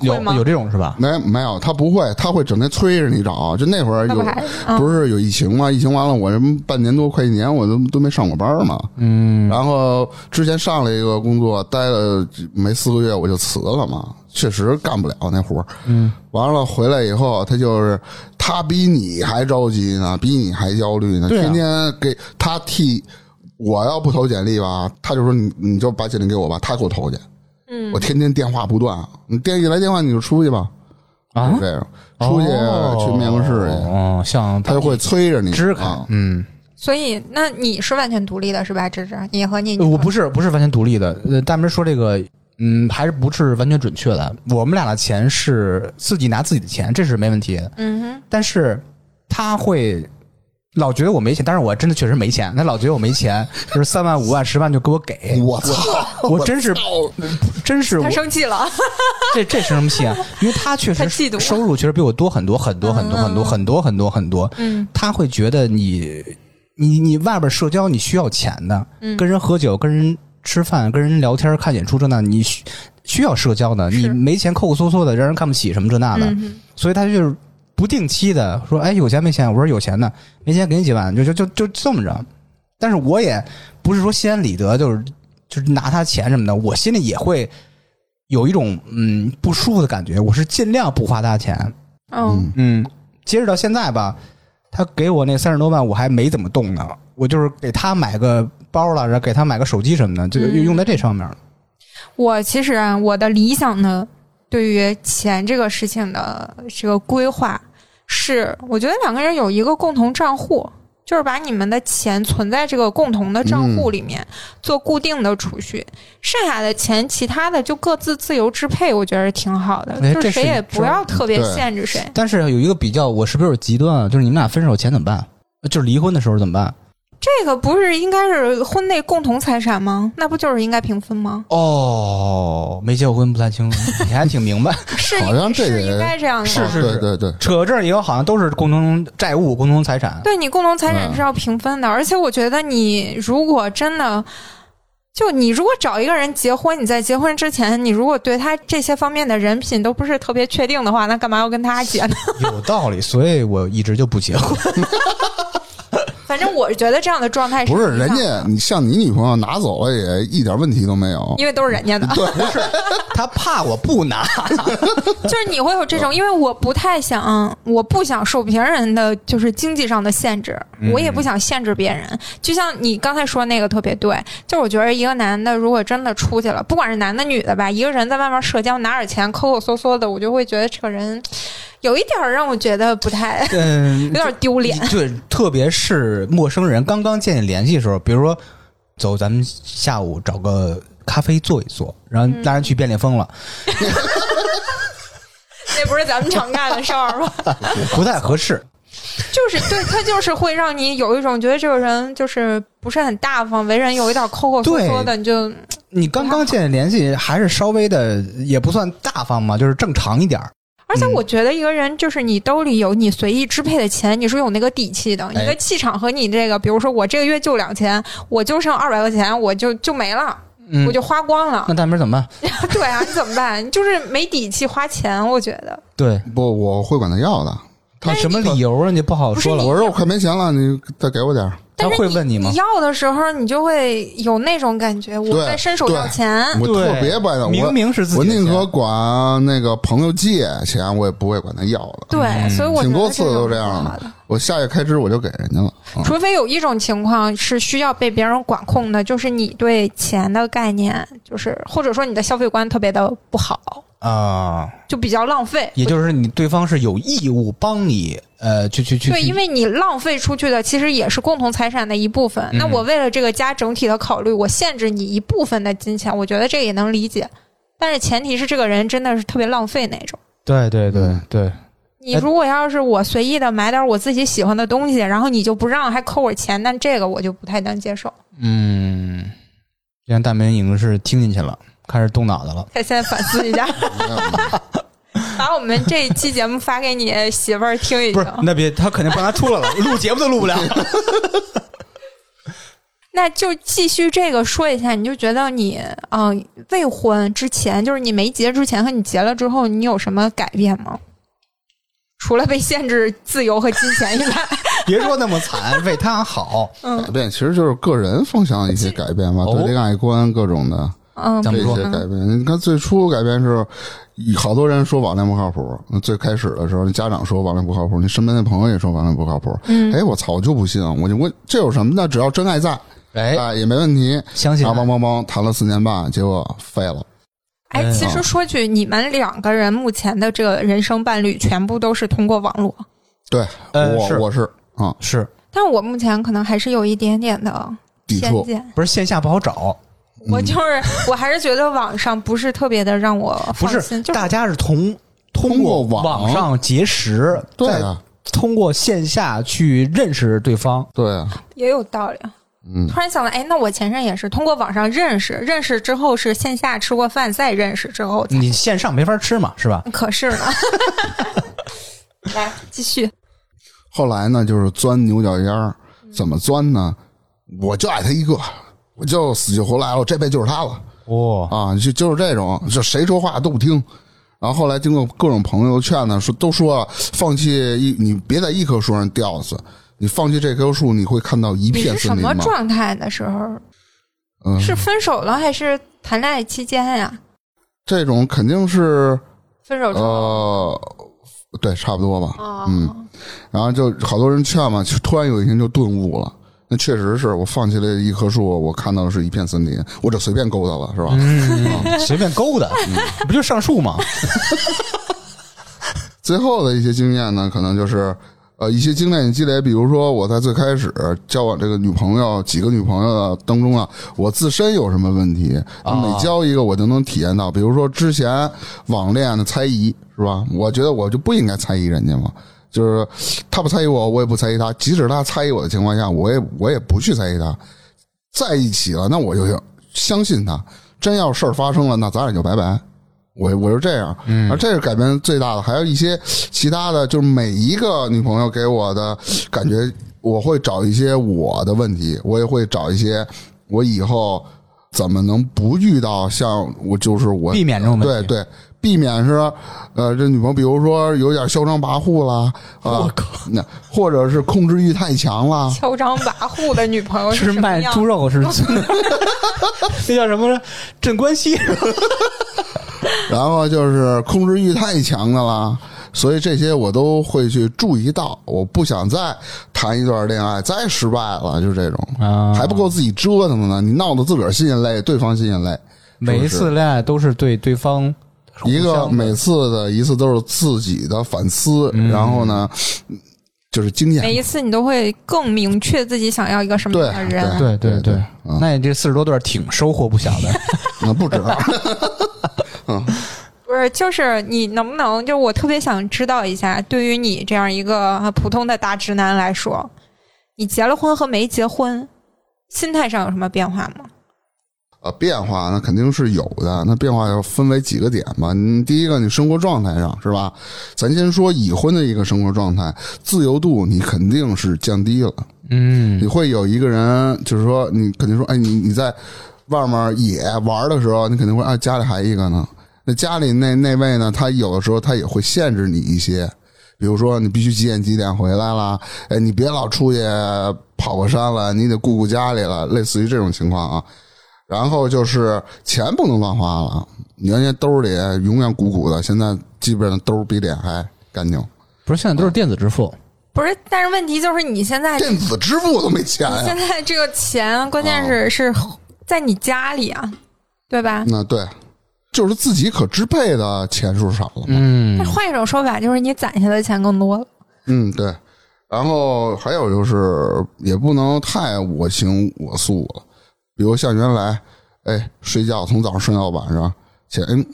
A: 有
B: 会吗
A: 有这种是吧？
C: 没没有，他不会，他会整天催着你找。就那会儿
B: 那
C: 有
B: 不，还啊？
C: 不是有疫情嘛？疫情完了，我这半年多快一年，我都都没上过班嘛。嗯，然后之前上了一个工作，待了没四个月，我就辞了嘛，确实干不了那活儿。嗯，完了回来以后，他就是他比你还着急呢，比你还焦虑呢，
A: 对啊
C: 天天给他替。我要不投简历吧，他就说你你就把简历给我吧，他给我投去。
B: 嗯
C: 我，天天电话不断，你电一来电话你就出去吧，
A: 啊
C: 就这样出去
A: 哦
C: 去面个试去。
A: 哦，像
C: 他就会催着你
A: 支开
C: 啊。
A: 嗯，
B: 所以那你是完全独立的是吧，芝芝？你和你女
A: 呃我
B: 朋友
A: 不是不是完全独立的，呃，大明说这个，嗯，还是不是完全准确的。我们俩的钱是自己拿自己的钱，这是没问题的。
B: 嗯哼，
A: 但是他会老觉得我没钱，但是我真的确实没钱。他老觉得我没钱，就是三万、五万、十万就给我给，
C: 我操！
A: 我真是真是我
B: 他生气 了，
A: 这这生什么气啊？因为他确
B: 他
A: 实
B: 嫉妒
A: 收入确实比我多很多很多很多很多很多很多很多，
B: 嗯，
A: 他会觉得你你你外边社交你需要钱的，
B: 嗯
A: 跟人喝酒、跟人吃饭、跟人聊天、看演出这那，你需需要社交的，
B: 是
A: 你没钱抠抠搜搜的，让人看不起什么这那的，
B: 嗯哼
A: 所以他就是不定期的说，哎，有钱没钱？我说有钱呢，没钱给你几万，就就就就这么着。但是我也不是说心安理得，就是就是拿他钱什么的，我心里也会有一种嗯不舒服的感觉。我是尽量不花他钱，
B: 嗯，
A: 嗯，截止到现在吧，他给我那三十多万，我还没怎么动呢，我就是给他买个包啊了，然后给他买个手机什么的，就
B: 嗯
A: 用在这上面了。
B: 我其实啊，我的理想呢，对于钱这个事情的这个规划是，我觉得两个人有一个共同账户，就是把你们的钱存在这个共同的账户里面、做固定的储蓄，剩下的钱其他的就各自自由支配，我觉得是挺好的，
A: 哎
B: 就
A: 这
B: 谁
A: 是
B: 也
A: 这
B: 不要特别
C: 对
B: 限制谁。
A: 但是有一个比较，我是不是有点极端啊？就是你们俩分手前怎么办？就是离婚的时候怎么办？
B: 这个不是应该是婚内共同财产吗？那不就是应该平分吗？
A: 哦，没结过婚不太清楚， 你还挺明白。
B: 是
C: 好像这
B: 是
C: 也
B: 应该这样的。
A: 是是
C: 嗯啊对对对，
A: 扯到这儿以后，好像都是共同债务、共同财产。
B: 对你共同财
C: 嗯
B: 产是要平分的，而且我觉得你如果真的，就你如果找一个人结婚，你在结婚之前，你如果对他这些方面的人品都不是特别确定的话，那干嘛要跟他结呢？
A: 有道理，所以我一直就不结婚。
B: 反正我觉得这样的状态
C: 不是
B: 理想
C: 人家，你像你女朋友拿走了也一点问题都没有，
B: 因为都是人家的，
A: 他怕我不拿，
B: 就是你会有这种，因为我不太想，我不想受别人的就是经济上的限制，我也不想限制别人。就像你刚才说那个特别对，就是我觉得一个男的如果真的出去了，不管是男的女的吧，一个人在外面社交拿点钱抠抠搜搜的，我就会觉得这个人有一点儿让我觉得不太
A: 嗯，
B: 有点丢 脸。
A: 对，特别是陌生人刚刚建立联系的时候，比如说走，咱们下午找个咖啡坐一坐，然
B: 嗯
A: 后当然去便利蜂了，
B: 那不是咱们常干的事儿吗？
A: 不太合适。
B: 就是对他就是会让你有一种觉得这个人就是不是很大方，为人有一点抠抠搜搜的，你就
A: 你刚刚建立联系，还是稍微的，也不算大方嘛，就是正常一点儿。
B: 而且我觉得一个人就是你兜里有你随意支配的钱，你是有那个底气的。
A: 哎
B: 你的气场和你这个，比如说我这个月就两千，我就剩二百块钱，我就就没了，
A: 嗯，
B: 我就花光了
A: 那。大明怎么办？
B: 对啊，你怎么办？你就是没底气花钱，我觉得。
A: 对
C: 不，我会管他要的。
A: 他
B: 但是
A: 什么
B: 哎你
A: 理由啊？你不好说了。
C: 我说我快没钱了，你再给我点儿。
B: 但
A: 他
B: 是
A: 会问你
B: 你
A: 吗
B: 要的时候，你就会有那种感觉，我
C: 对
B: 在伸手
C: 对
B: 要钱。
A: 嗯
C: 我
A: 对
C: 特别不爱要，
A: 明
C: 我
A: 明是自己
C: 我
A: 的钱，
C: 宁可管那个朋友借钱，我也不会管他要的。
B: 对，所以我觉
C: 挺
B: 得
C: 多次都
B: 这
C: 这样
B: 的。
C: 的，我下月开支我就给人家 了。嗯
B: 除非有一种情况是需要被别人管控的，就是你对钱的概念，就是或者说你的消费观特别的不好，
A: 啊、
B: 就比较浪费。
A: 也就是你对方是有义务帮你，呃，去去去，
B: 对，
A: 去
B: 因为你浪费出去的其实也是共同财产的一部
A: 嗯
B: 分。那我为了这个家整体的考虑，我限制你一部分的金钱，我觉得这个也能理解。但是前提是这个人真的是特别浪费那种。
A: 对对对
C: 嗯
A: 对，呃
B: 你如果要是我随意的买点我自己喜欢的东西，然后你就不让，还扣我钱，那这个我就不太能接受。
A: 嗯，现在大明已经是听进去了，开始动脑子了。
B: 他现在反思一 下。把我们这一期节目发给你媳妇儿听一
A: 不
B: 听
A: 是。，那别他肯定不让他出来 了，录节目都录不了。
B: 那就继续这个说一下，你就觉得你嗯、呃未婚之前，就是你没结之前和你结了之后，你有什么改变吗？除了被限制自由和金钱以外，
A: 别说那么惨，为他好。
C: 改变其实就是个人方 向的一些改变吧，
A: 哦
C: 对恋爱观各种的
B: 嗯，
A: 怎
C: 这
A: 么说
C: 些改变。你看最初改变是，好多人说网恋不靠谱。那最开始的时候，你家长说网恋不靠谱，你身边的朋友也说网恋不靠谱。
B: 嗯
C: 哎，我操，我就不信，我就我这有什么的？只要真爱在，
A: 哎，
C: 啊，也没问题。
A: 相信
C: 啊，
A: 他
C: 梆梆梆，谈了四年半，结果废了。
B: 哎，其
A: 嗯
B: 实说句，你们两个人目前的这个人生伴侣，全部都是通过网络，
C: 对，
A: 呃
C: 我
A: 是
C: 我是啊，
A: 是
B: 但我目前可能还是有一点点的
C: 抵
B: 偏
C: 触。
B: 见。
A: 不是线下不好找？
B: 我就是，我还是觉得网上不是特别的让我
A: 不
B: 放
A: 是，
B: 心，就是
A: 大家是同通
C: 通过
A: 网
C: 网
A: 上结识，
C: 对
A: 再
C: 啊，
A: 通过线下去认识对方。
C: 对啊，
B: 也有道理。
C: 嗯，
B: 突然想到，哎，那我前任也是通过网上认识，认识之后是线下吃过饭，再认识之后才。
A: 你线上没法吃嘛，是
C: 嗯
A: 吧？
B: 可 是呢，来继续，
C: 后来呢，就是钻牛角尖儿，怎么钻呢？我就爱他一个，我就死去活来了，我这辈子就是他了
A: 哦，
C: 啊！就就是这种，就谁说话都不听。然后后来经过各种朋友劝呢，说都说放弃一，你别在一棵树上吊死，你放弃这棵树，你会看到一
B: 你
C: 片
B: 是什
C: 森林
B: 么
C: 吗？
B: 状态的时候？
C: 嗯，
B: 是分手了还是谈恋爱期间呀、
C: 这种肯定是
B: 分手之后，
C: 呃，对，差不多吧。
B: 哦
C: 嗯，然后就好多人劝嘛，就突然有一天就顿悟了。那确实是我放弃了一棵树，我看到的是一片森林，我就随便勾搭了，是吧？
A: 嗯，随便勾搭，不就上树吗？
C: 最后的一些经验呢，可能就是呃一些经验积累，比如说我在最开始交往这个女朋友几个女朋友的当中啊，我自身有什么问题，
A: 啊
C: 每交一个我就能体验到。比如说之前网恋的猜疑是吧？我觉得我就不应该猜疑人家嘛。就是他不猜疑我，我也不猜疑他。即使他猜疑我的情况下，我也我也不去猜疑他。在一起了，那我就相信他。真要事儿发生了，那咱俩就拜拜。我我就这样，嗯，而这是改变最大的。还有一些其他的，就是每一个女朋友给我的感觉，我会找一些我的问题，我也会找一些我以后怎么能不遇到像我就是我
A: 避免这种问
C: 对
A: 题
C: 对，避免是呃，这女朋友比如说有点嚣张跋扈啦啊，
A: 哦
C: 那或者是控制欲太强啦，
B: 嚣张跋扈的女朋友
A: 是
B: 哦什么
A: 卖
B: 样？
A: 猪肉 是，那叫什么镇关西是吧？
C: 然后就是控制欲太强的啦，所以这些我都会去注意到。我不想再谈一段恋爱，再失败了，就这种，
A: 啊
C: 还不够自己折腾的呢。你闹得自个儿心也累，对方心也累。
A: 每一次恋爱都是对对方互
C: 一个
A: 相的
C: 每次的一次都是自己的反思，然后呢，就是经验。
B: 每一次你都会更明确自己想要一个什么样的
C: 对
B: 人。
A: 对
C: 对
A: 对
C: 对嗯，
A: 那你这四十多段挺收获不小 的。
C: 嗯，不止，
B: 不是，就是你能不能，就我特别想知道一下，对于你这样一个啊普通的大直男来说，你结了婚和没结婚，心态上有什么变化吗？
C: 呃，变化那肯定是有的。那变化要分为几个点吧。你第一个，你生活状态上是吧？咱先说已婚的一个生活状态，自由度你肯定是降低了。
A: 嗯
C: 你会有一个人，就是说，你肯定说，哎，你你在外面野玩的时候，你肯定会啊，家里还一个呢。那家里那那位呢，他有的时候他也会限制你一些，比如说你必须几点几点回来啦，哎，你别老出去跑过山了，你得顾顾家里了，类似于这种情况啊。然后就是钱不能乱花了，原先兜里永远鼓鼓的，现在基本上兜比脸还干净。
E: 不是现在都是电子支付，
B: 不是，但是问题就是你现在
C: 电子支付都没钱
B: 你
C: 呀、
B: 现在这个钱，关键是、是在你家里啊，对吧？
C: 那对，就是自己可支配的钱数少了嘛。
E: 嗯
B: 那，换一种说法，就是你攒下的钱更多了。
C: 嗯，对。然后还有就是，也不能太我行我素了。比如像原来，哎，睡觉从早上睡到晚上，且嗯，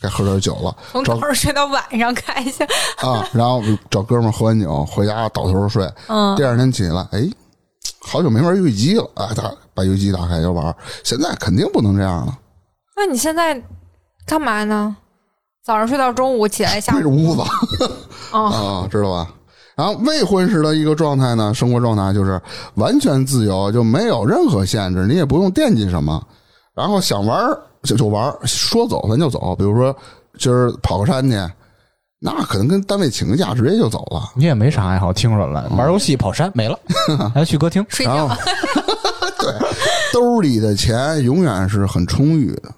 C: 该喝点酒了，
B: 从早上睡到晚上看一下，
C: 啊，然后找哥们儿喝完酒回家倒头睡，
B: 嗯
C: 第二天起来，哎，好久没玩游戏机了，啊，打把游戏机打开就玩。现在肯定不能这样了，
B: 那你现在干嘛呢？早上睡到中午起来下
C: 对着
B: 午，
C: 屋子。
B: 哦，
C: 啊，知道吧？然后未婚时的一个状态呢，生活状态就是完全自由，就没有任何限制，你也不用惦记什么，然后想玩儿就就玩儿，说走咱就走。比如说今儿跑个山去，那可能跟单位请个假直接就走了。
A: 你也没啥爱好，听出来了，玩游戏、跑山没 了，还要去歌厅。
B: 睡
C: 然
B: 觉
C: 后，对，兜里的钱永远是很充裕的，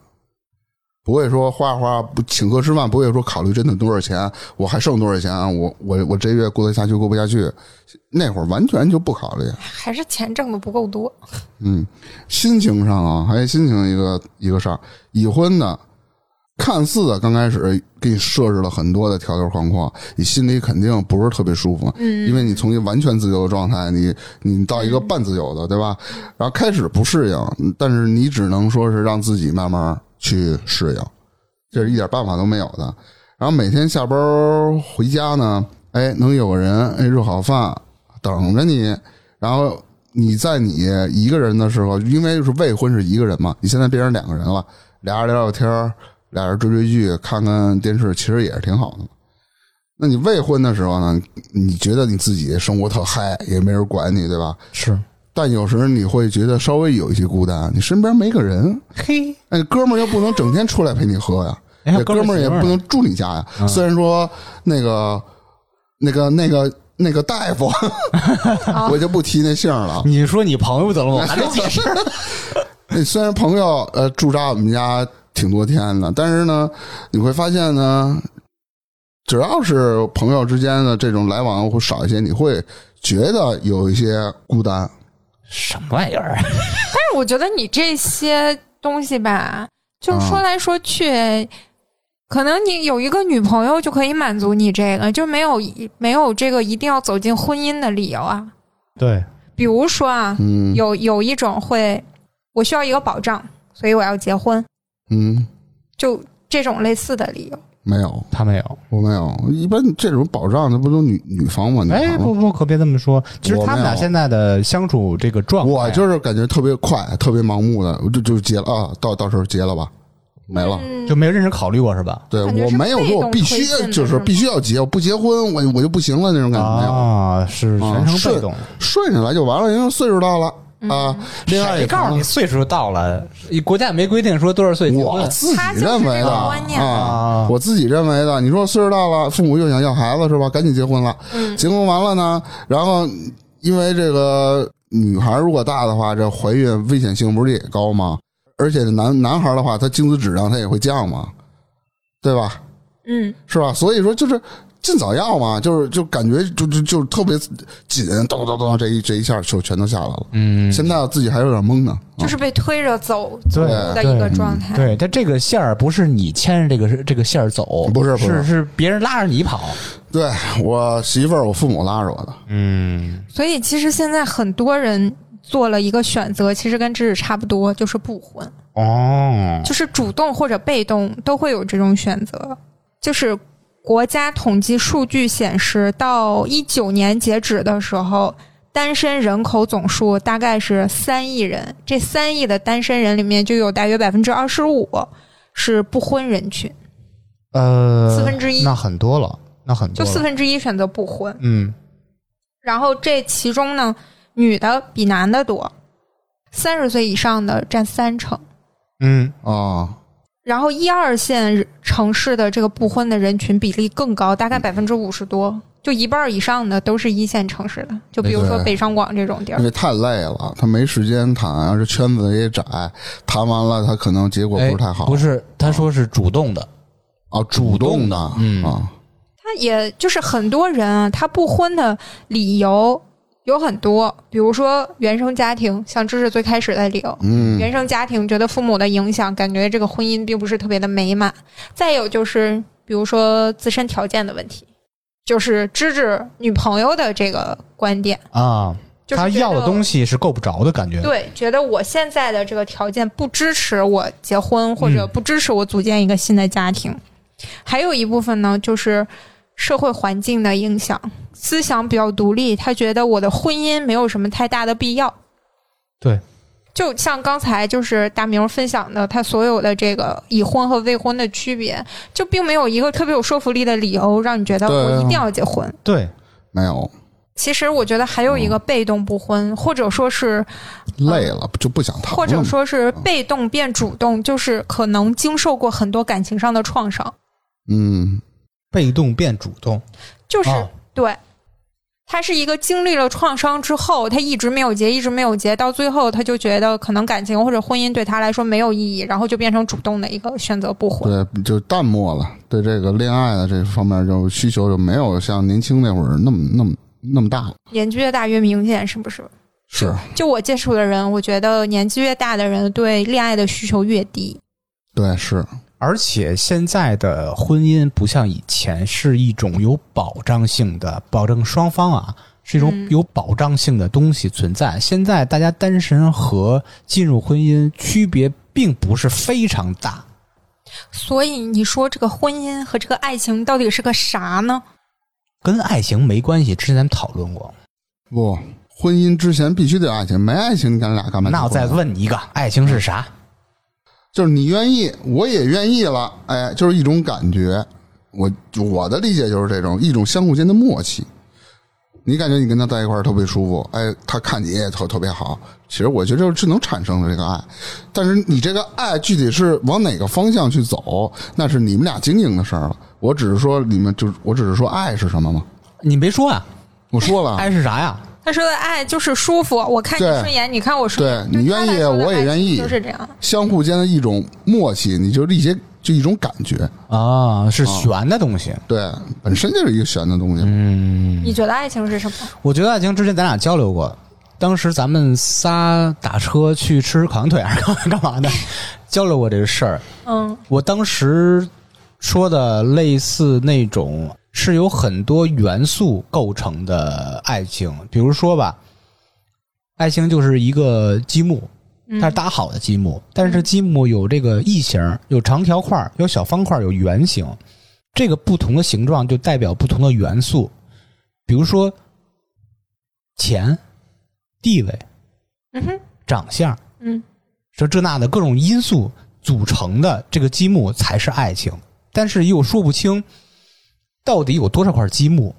C: 不会说花花不请客吃饭，不会说考虑真的多少钱，我还剩多少钱啊？我我我这月过得下去过不下去？那会儿完全就不考虑，
B: 还是钱挣的不够多。
C: 嗯，心情上啊，还有心情一个一个事儿，已婚的。看似啊的刚开始给你设置了很多的条条框框，你心里肯定不是特别舒服，
B: 嗯
C: 因为你从一个完全自由的状态，你你到一个半自由的，对吧？然后开始不适应，但是你只能说是让自己慢慢去适应，这是一点办法都没有的。然后每天下班儿回家呢，哎，能有个人哎热好饭等着你，然后你在你一个人的时候，因为是未婚是一个人嘛，你现在变成两个人了，俩人聊聊天儿，俩人追追剧、看看电视，其实也是挺好的。那你未婚的时候呢？你觉得你自己生活特嗨，也没人管你，对吧？
A: 是，
C: 但有时你会觉得稍微有一些孤单，你身边没个人，
A: 嘿，
C: 哎，哥们儿又不能整天出来陪你喝呀，
A: 哎
C: 那哥们儿也不能住你家呀。虽然说那个、那个、那个、那个大夫，我就不提那姓儿了。
A: 你说你朋友怎 么了？
C: 那哎虽然朋友呃驻扎我们家挺多天的，但是呢，你会发现呢，只要是朋友之间的这种来往会少一些，你会觉得有一些孤单。
E: 什么玩意
A: 啊
E: 儿？
B: 但是我觉得你这些东西吧，就是说来说去。可能你有一个女朋友就可以满足你这个，就没有没有这个一定要走进婚姻的理由啊。
A: 对，
B: 比如说啊，
C: 嗯，
B: 有有一种会，我需要一个保障，所以我要结婚，
C: 嗯，
B: 就这种类似的理由。
C: 没有，
A: 他没有。
C: 我没有。一般这种保障，那不都女女方吗？女
A: 哎，
C: 孩吗
A: 不不，可别这么说。其实
C: 我
A: 他们
C: 没
A: 俩
C: 有
A: 现在的相处这个状态，
C: 我就是感觉特别快，特别盲目的，我就就结了啊，到到时候结了吧，没了。
B: 嗯
A: 就，没有认真考虑过是吧？
C: 对
B: 感觉
C: 我
B: 是
C: 没有
B: 被
C: 说
B: 动
C: 我必须
B: 推进的
C: 就是
B: 是吗
C: 必须要结，我不结婚我我就不行了那种感觉没有，
A: 啊，是
C: 啊
A: 全程
C: 是
A: 被动。
C: 顺着来就完了，因为岁数到了
B: 嗯
C: 啊。另外
E: 谁
C: 一
E: 告诉你岁数到了？国家也没规定说多少岁结
C: 我
E: 婚。
C: 自己
B: 他就是
C: 认为
B: 这
C: 的
B: 个观念
C: 啊
A: 啊，
C: 我自己认为的。你说岁数大了，父母又想要孩子是吧？赶紧结婚了。
B: 嗯
C: 结婚完了呢，然后因为这个女孩如果大的话，这怀孕危险性不是也高吗？而且男男孩的话，他精子质量他也会降嘛，对吧？
B: 嗯，
C: 是吧？所以说就是尽早要嘛，就是就感觉就就就特别紧，咚咚咚，这一这一下就全都下来了。
E: 嗯，
C: 现在自己还有点懵呢，啊
B: 就是被推着走走
A: 对
B: 的一个
A: 对
B: 状态。
A: 对，但这个线儿不是你牵着这个这个线儿走，
C: 不是不是
A: 是是别人拉着你跑。
C: 对我媳妇儿，我父母拉着我的。
E: 嗯，
B: 所以其实现在很多人做了一个选择，其实跟知识差不多，就是不婚，
E: 哦，
B: 就是主动或者被动都会有这种选择。就是国家统计数据显示，到一九年截止的时候。单身人口总数大概是三亿人，这三亿的单身人里面就有大约百分之二十五是不婚人群，
A: 呃，
B: 四分之一
A: 那很多了，那很多
B: 就
A: 了。
B: 四分之一选择不婚。
A: 嗯，
B: 然后这其中呢，女的比男的多，三十岁以上的占三成。
A: 嗯
C: 啊，
B: 然后一二线城市的这个不婚的人群比例更高，
A: 嗯
B: 大概百分之五十多，就一半儿以上的都是一线城市的，就比如说
C: 对
B: 北上广这种地儿
A: 嗯
C: 因。为太累了，他没时间谈，然后这圈子也窄，谈完了他可能结果不
E: 哎
C: 是太好，
E: 不是，他说是主动的，
C: 啊，主动的，
E: 嗯
C: 啊，
B: 他也就是很多人啊，他不婚的理由有很多，比如说原生家庭，像知识最开始的理由，
C: 嗯
B: 原生家庭觉得父母的影响，感觉这个婚姻并不是特别的美满。再有就是，比如说自身条件的问题，就是芝芝女朋友的这个观点，
A: 啊，
B: 就是
A: 他
B: 觉得
A: 要的东西是够不着的感觉。
B: 对，觉得我现在的这个条件不支持我结婚，或者不支持我组建一个新的家庭。还有一部分呢，就是社会环境的影响，思想比较独立，他觉得我的婚姻没有什么太大的必要。
A: 对，
B: 就像刚才就是大明分享的，他所有的这个已婚和未婚的区别，就并没有一个特别有说服力的理由让你觉得
C: 对啊
B: 我一定要结婚。
A: 对，
C: 没有
B: 其实我觉得还有一个被动不婚，或者说是
C: 累了就不想谈了，
B: 嗯或者说是被动变主动，就是可能经受过很多感情上的创伤，
C: 嗯，
A: 被动变主动。
B: 就是、
A: 哦
B: 对，他是一个经历了创伤之后，他一直没有结，一直没有结，到最后他就觉得可能感情或者婚姻对他来说没有意义，然后就变成主动的一个选择不婚。
C: 对，就淡漠了，对这个恋爱的这方面就需求就没有像年轻那会儿那么那么那么大了，
B: 年纪越大越明显，是不是？
C: 是
B: 就我接触的人，我觉得年纪越大的人对恋爱的需求越低。
C: 对是，
A: 而且现在的婚姻不像以前是一种有保障性的，保证双方啊是一种
B: 嗯
A: 有保障性的东西存在。现在大家单身和进入婚姻区别并不是非常大，
B: 所以你说这个婚姻和这个爱情到底是个啥呢？
A: 跟爱情没关系。之前咱们讨论过，
C: 不，婚姻之前必须得有爱情，没爱情你咱俩干嘛结婚啊？
A: 那我再问你一个，爱情是啥？
C: 就是你愿意，我也愿意了，哎，就是一种感觉。我我的理解就是这种一种相互间的默契。你感觉你跟他在一块儿特别舒服，哎，他看你也特特别好。其实我觉得就是这能产生的这个爱，但是你这个爱具体是往哪个方向去走，那是你们俩经营的事儿了。我只是说你们就我只是说爱是什么嘛，
A: 你没说啊，
C: 我说了，
A: 爱是啥呀？
B: 他说的爱就是舒服，我看你
C: 对
B: 顺眼，你看我顺眼，
C: 对你
B: 他来
C: 愿意
B: 说的
C: 我也
B: 爱
C: 愿
B: 情
C: 意
B: 就是这样。
C: 相互间的一种默契，你就是一些就一种感觉，
A: 啊，是悬的东西。
C: 对，本身就是一个玄的东西。
B: 你觉得爱情是什么？
A: 我觉得爱情之前咱俩交流过，当时咱们仨打车去吃烤羊腿还是干干嘛的，交流过这个事儿。
B: 嗯，
A: 我当时说的类似那种是由很多元素构成的爱情，比如说吧，爱情就是一个积木，
B: 嗯
A: 它是搭好的积木，但是积木有这个异形，有长条块，有小方块，有圆形，这个不同的形状就代表不同的元素，比如说钱、地位、
B: 嗯哼，
A: 长相，
B: 嗯，
A: 这这那的各种因素组成的这个积木才是爱情，但是又说不清到底有多少块积木。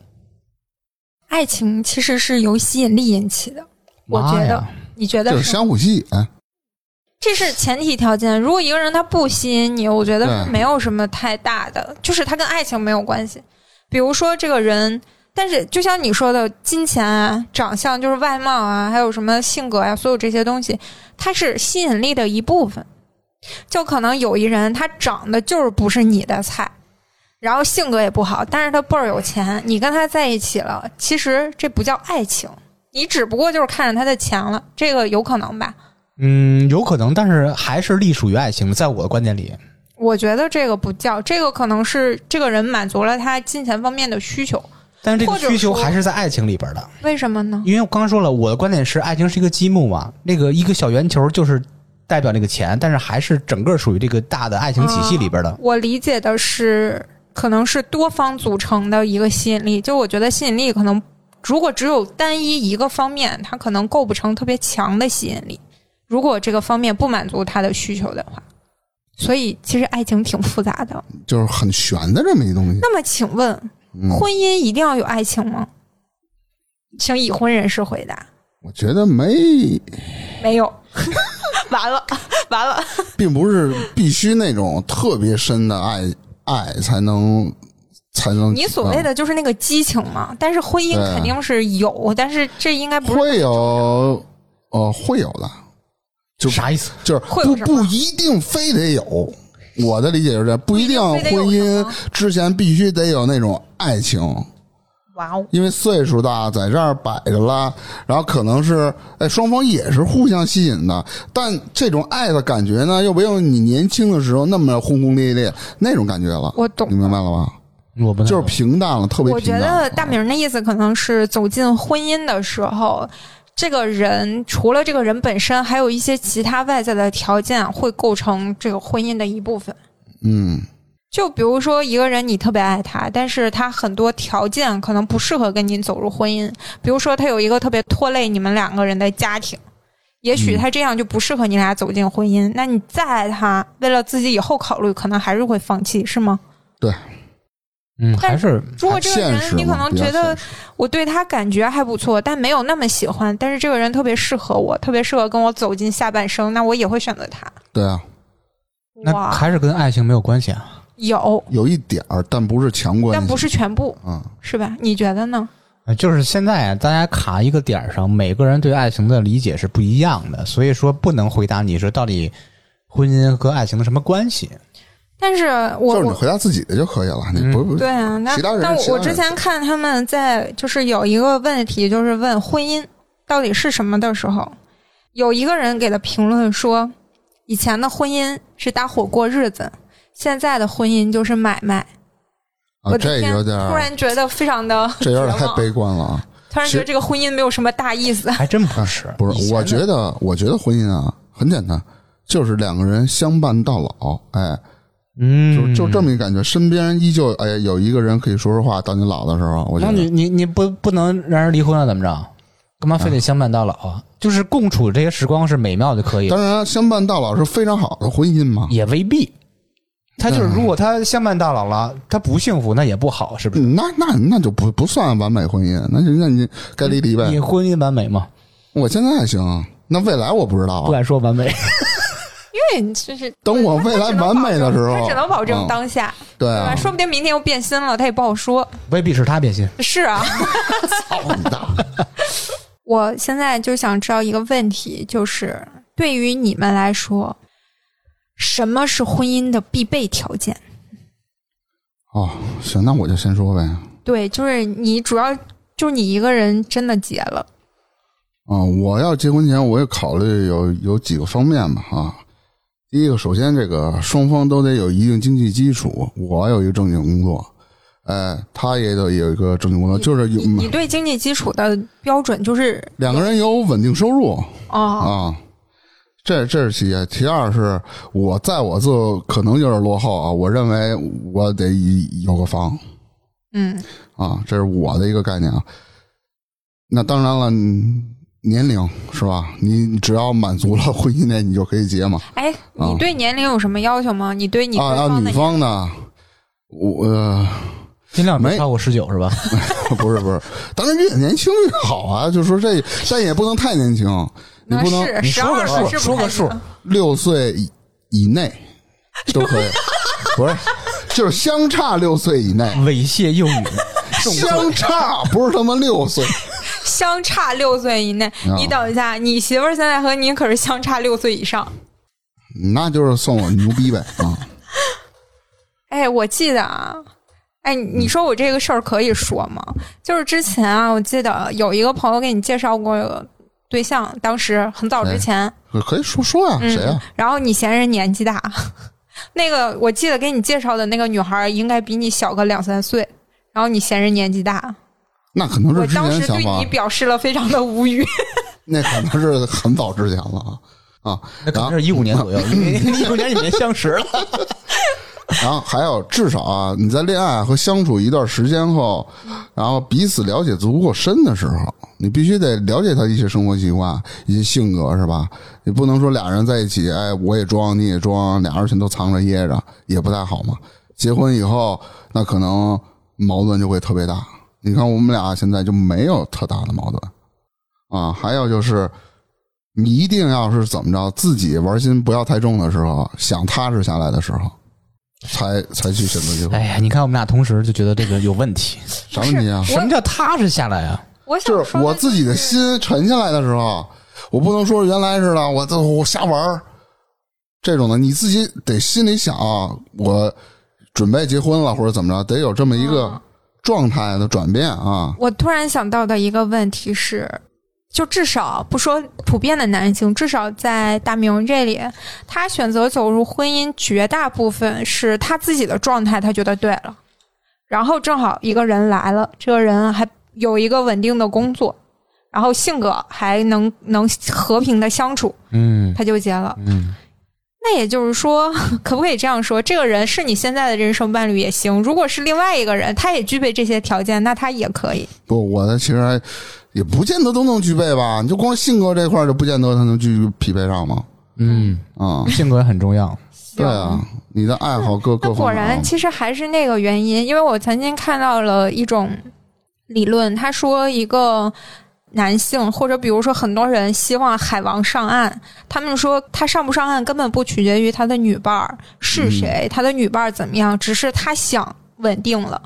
B: 爱情其实是由吸引力引起的，我觉
A: 妈呀
B: 得，你觉
C: 就
B: 得
C: 是
B: 是吗？
C: 相互吸引。
B: 这是前提条件。如果一个人他不吸引你，我觉得
C: 对
B: 没有什么太大的，就是他跟爱情没有关系。比如说这个人，但是就像你说的，金钱啊、长相，就是外貌啊，还有什么性格啊，所有这些东西，它是吸引力的一部分。就可能有一人他长得就是不是你的菜，然后性格也不好，但是他倍儿有钱，你跟他在一起了，其实这不叫爱情，你只不过就是看上他的钱了，这个有可能吧？
A: 嗯，有可能，但是还是隶属于爱情的，在我的观点里，
B: 我觉得这个不叫，这个可能是这个人满足了他金钱方面的需求，
A: 但是这
B: 或
A: 个
B: 者
A: 需求
B: 说
A: 还是在爱情里边的。
B: 为什么呢？
A: 因为我刚刚说了，我的观点是，爱情是一个积木嘛，那个一个小圆球就是代表那个钱，但是还是整个属于这个大的爱情体系里边的。
B: 我理解的是，可能是多方组成的一个吸引力。就我觉得吸引力可能，如果只有单一一个方面，它可能构不成特别强的吸引力。如果这个方面不满足他的需求的话，所以其实爱情挺复杂的。
C: 就是很悬的这么一东西。
B: 那么，请问
C: 嗯，
B: 婚姻一定要有爱情吗？请已婚人士回答。
C: 我觉得没，
B: 没有， 完了， 完了。
C: 并不是必须那种特别深的爱爱才能才能。
B: 你所谓的就是那个激情嘛，但是婚姻
C: 嗯对
B: 肯定是有，但是这应该
C: 嗯
B: 不是
C: 会有，呃，会有的，就
A: 啥意思？
C: 就是
B: 会
C: 不
B: 有什么
C: 不一定非得有。我的理解就是这样，不一定
B: 不一定非得有
C: 婚
B: 什
C: 姻
B: 么
C: 之前必须得有那种爱情，
B: 哇哦，
C: 因为岁数大，在这儿摆着啦，然后可能是哎，双方也是互相吸引的，但这种爱的感觉呢，又没有你年轻的时候那么轰轰烈烈那种感觉了。
B: 我懂
C: 你。明白了吧？
A: 我不太
C: 就是平淡了，特别
B: 我
C: 平
B: 觉
C: 淡。啊
B: 得大明儿的意思可能是走进婚姻的时候，这个人除了这个人本身，还有一些其他外在的条件会构成这个婚姻的一部分。
C: 嗯，
B: 就比如说，一个人你特别爱他，但是他很多条件可能不适合跟你走入婚姻。比如说，他有一个特别拖累你们两个人的家庭，也许
C: 嗯
B: 他这样就不适合你俩走进婚姻。那你再爱他，为了自己以后考虑，可能还是会放弃，是吗？
A: 嗯，
B: 但
A: 还是
B: 如果这个
C: 现
B: 人
C: 实
B: 你可
C: 嘛
B: 能
C: 比较
B: 觉得
C: 现实
B: 我对他感觉还不错，但没有那么喜欢，但是这个人特别适合我，特别适合跟我走进下半生，那我也会选择他。
C: 对啊，
A: 那
B: 哇，
A: 还是跟爱情没有关系啊。
B: 有，
C: 有一点儿，但不是强关系，
B: 但不是全部，
C: 啊、
B: 是吧？你觉得呢？
A: 呃就是现在啊大家卡一个点儿上，每个人对爱情的理解是不一样的，所以说不能回答你说到底婚姻和爱情的什么关系。
B: 但是我
C: 就是你
B: 我
C: 回答自己的就可以了，你不不、
B: 对啊，那
C: 其他人
B: 但
C: 其
B: 我我
C: 他人
B: 之前看他们在就是有一个问题，就是问婚姻到底是什么的时候，有一个人给的评论说，以前的婚姻是搭伙过日子，现在的婚姻就是买卖。我
C: 啊，
B: 的
C: 这
B: 天
C: 有点儿
B: 突然觉得非常的
C: 这有点儿太悲
B: 绝
C: 观了啊！
B: 望突然觉得这个婚姻没有什么大意思。
A: 还真 不是，
C: 不
A: 以前的
C: 是，我觉得我觉得婚姻啊很简单，就是两个人相伴到老，哎，就
A: 嗯，
C: 就这么一感觉，身边依旧哎有一个人可以说说话，到你老的时候，我觉
A: 那你
C: 得
A: 你你不不能让人离婚了怎么着？干嘛非得相伴到老啊？就是共处这些时光是美妙的，可以
C: 当，然相伴到老是非常好的婚姻嘛。
A: 也未必。他就是如果他相伴到老了，他不幸福那也不好，是不是？
C: 嗯那那那就不不算完美婚姻，那就那你该离离
A: 你
B: 嗯
C: 呗。
A: 婚姻完美吗？
C: 我现在还行，那未来我不知道
A: 不
C: 啊。
A: 敢说完美，
B: 对，哎你就是
C: 等我未来
B: 他只能
C: 完美的时
B: 保证
C: 候，
B: 他只能保证
C: 嗯
B: 当下，
C: 对
B: 对吧？
C: 啊，
B: 说不定明天又变心了，他也不好说。
A: 未必是他变心。
B: 是啊。
C: 操你大！
B: 我现在就想知道一个问题，就是对于你们来说，什么是婚姻的必备条件？
C: 哦，行，那我就先说呗。
B: 对，就是你主要就是你一个人真的结了，
C: 啊、我要结婚前，我也考虑有有几个方面吧，啊。第一个，首先这个双方都得有一定经济基础，我有一个正经工作，哎，他也得有一个正经工作，就是有
B: 你你对经济基础的标准就是
C: 两个人有稳定收入
B: 哦，
C: 啊，这这是其一，其二是我在我自可能有点落后啊，我认为我得有个房
B: 嗯
C: 啊，这是我的一个概念啊。那当然了，嗯年龄是吧？你只要满足了婚姻那你就可以结嘛。
B: 哎，
C: 啊
B: 你对年龄有什么要求吗？你对你对
C: 啊啊，
B: 方的
C: 女方呢？我呃，
A: 尽量
C: 没
A: 别超过十九是吧？
C: 不是不是，当然越年轻越好啊。就说这，但也不能太年轻，你
B: 那
C: 不能
B: 是
A: 你
B: 十
A: 说
B: 二
A: 个数，
B: 是不
A: 说
B: 太
A: 个数
B: 行，
C: 六岁以以内都可以， 不是，就是相差六岁 以内，
A: 猥亵幼女，重
C: 相差不是他妈六岁，
B: 相差六岁以内
C: 啊。
B: 你等一下，你媳妇儿现在和你可是相差六岁以上。
C: 那就是算我牛逼呗啊！
B: 哎，我记得啊，哎，
C: 嗯
B: 你说我这个事儿可以说吗？就是之前啊，我记得有一个朋友给你介绍过对象，当时很早
C: 哎
B: 之前，
C: 可可以说说呀，
B: 嗯
C: 谁啊呀？
B: 然后你嫌人年纪大， 那个我记得给你介绍的那个女孩应该比你小个两三岁，然后你嫌人年纪大，
C: 那可能
B: 我
C: 是之前
B: 当时
C: 的想
B: 对
C: 法
B: 你，表示了非常的无语。
C: 那可能是很早之前了啊啊！
A: 那可能是一五年左 右，一五年你们相识了，
C: 然后还有，至少啊，你在恋爱和相处一段时间后，然后彼此了解足够深的时候，你必须得了解他一些生活习惯、一些性格，是吧？你不能说俩人在一起，哎，我也装，你也装，俩人全都藏着掖着，也不太好嘛。结婚以后，那可能矛盾就会特别大。你看我们俩现在就没有特大的矛盾啊。还有就是，你一定要是怎么着，自己玩心不要太重的时候，想踏实下来的时候。才才去选择结婚
A: 哎，呀，你看我们俩同时就觉得这个有问题。
C: 啥问题啊？
A: 什么叫踏实下来啊？
B: 我想
C: 就
B: 说
C: 是我自己的
B: 是
C: 心沉下来的时候，我不能说原来似的，我这我瞎玩儿这种的，你自己得心里想啊，我准备结婚了或者怎么着，得有这么一个
B: 嗯
C: 状态的转变啊。
B: 我突然想到的一个问题是，就至少不说普遍的男性，至少在大明这里，他选择走入婚姻，绝大部分是他自己的状态，他觉得对了。然后正好一个人来了，这个人还有一个稳定的工作，然后性格还能能和平的相处，
A: 嗯
B: 他就结了。
A: 嗯，
B: 那也就是说，可不可以这样说，这个人是你现在的人生伴侣也行；如果是另外一个人，他也具备这些条件，那他也可以。
C: 不，我的其实还也不见得都能具备吧，你就光性格这块儿就不见得他能具匹配上嘛。
A: 嗯，
C: 啊、
A: 性格很重要。
C: 对啊，你的爱好各
B: 那
C: 各
B: 果
C: 方面啊
B: 然，其实还是那个原因，因为我曾经看到了一种理论，他说一个男性，或者比如说很多人希望海王上岸，他们说他上不上岸根本不取决于他的女伴儿是谁，他的女伴儿怎么样，只是他想稳定了。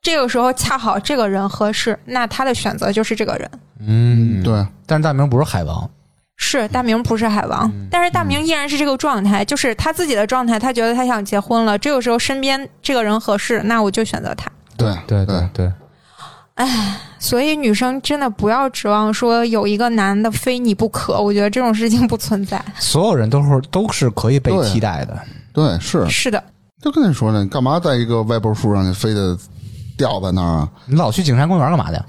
B: 这个时候恰好这个人合适，那他的选择就是这个人。
A: 嗯，
C: 对。
A: 但是大明不是海王，
B: 是大明不是海王，但是大明依然是这个状态，就是他自己的状态，他觉得他想结婚了。这个时候身边这个人合适，那我就选择他。
C: 对
A: 对
C: 对
A: 对，
B: 所以女生真的不要指望说有一个男的非你不可，我觉得这种事情不存在。
A: 所有人都是都是可以被
C: 对
A: 替代的。
C: 对，是
B: 是的，
C: 就跟你说呢，你干嘛在一个歪坡树上，你非得吊在那儿啊？
A: 你老去景山公园干嘛去？啊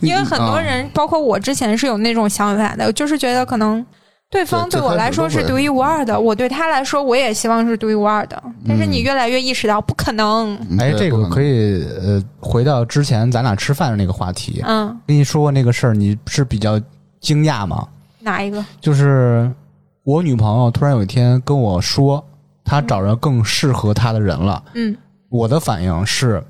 B: 因为很多
C: 啊
B: 人，包括我之前是有那种想法的，就是觉得可能对方对
C: 对最
B: 我
C: 开
B: 来
C: 始
B: 说
C: 都会
B: 是独一无二的，我对他来说我也希望是独一无二的。
A: 嗯
B: 但是你越来越意识到不可能，
C: 嗯
A: 哎，这个可
C: 以，
A: 以呃，回到之前咱俩吃饭的那个话题，
B: 嗯，
A: 跟你说过那个事儿，你是比较惊讶吗？
B: 哪一个？
A: 就是我女朋友突然有一天跟我说，她找着更适合她的人了。
B: 嗯，
A: 我的反应是，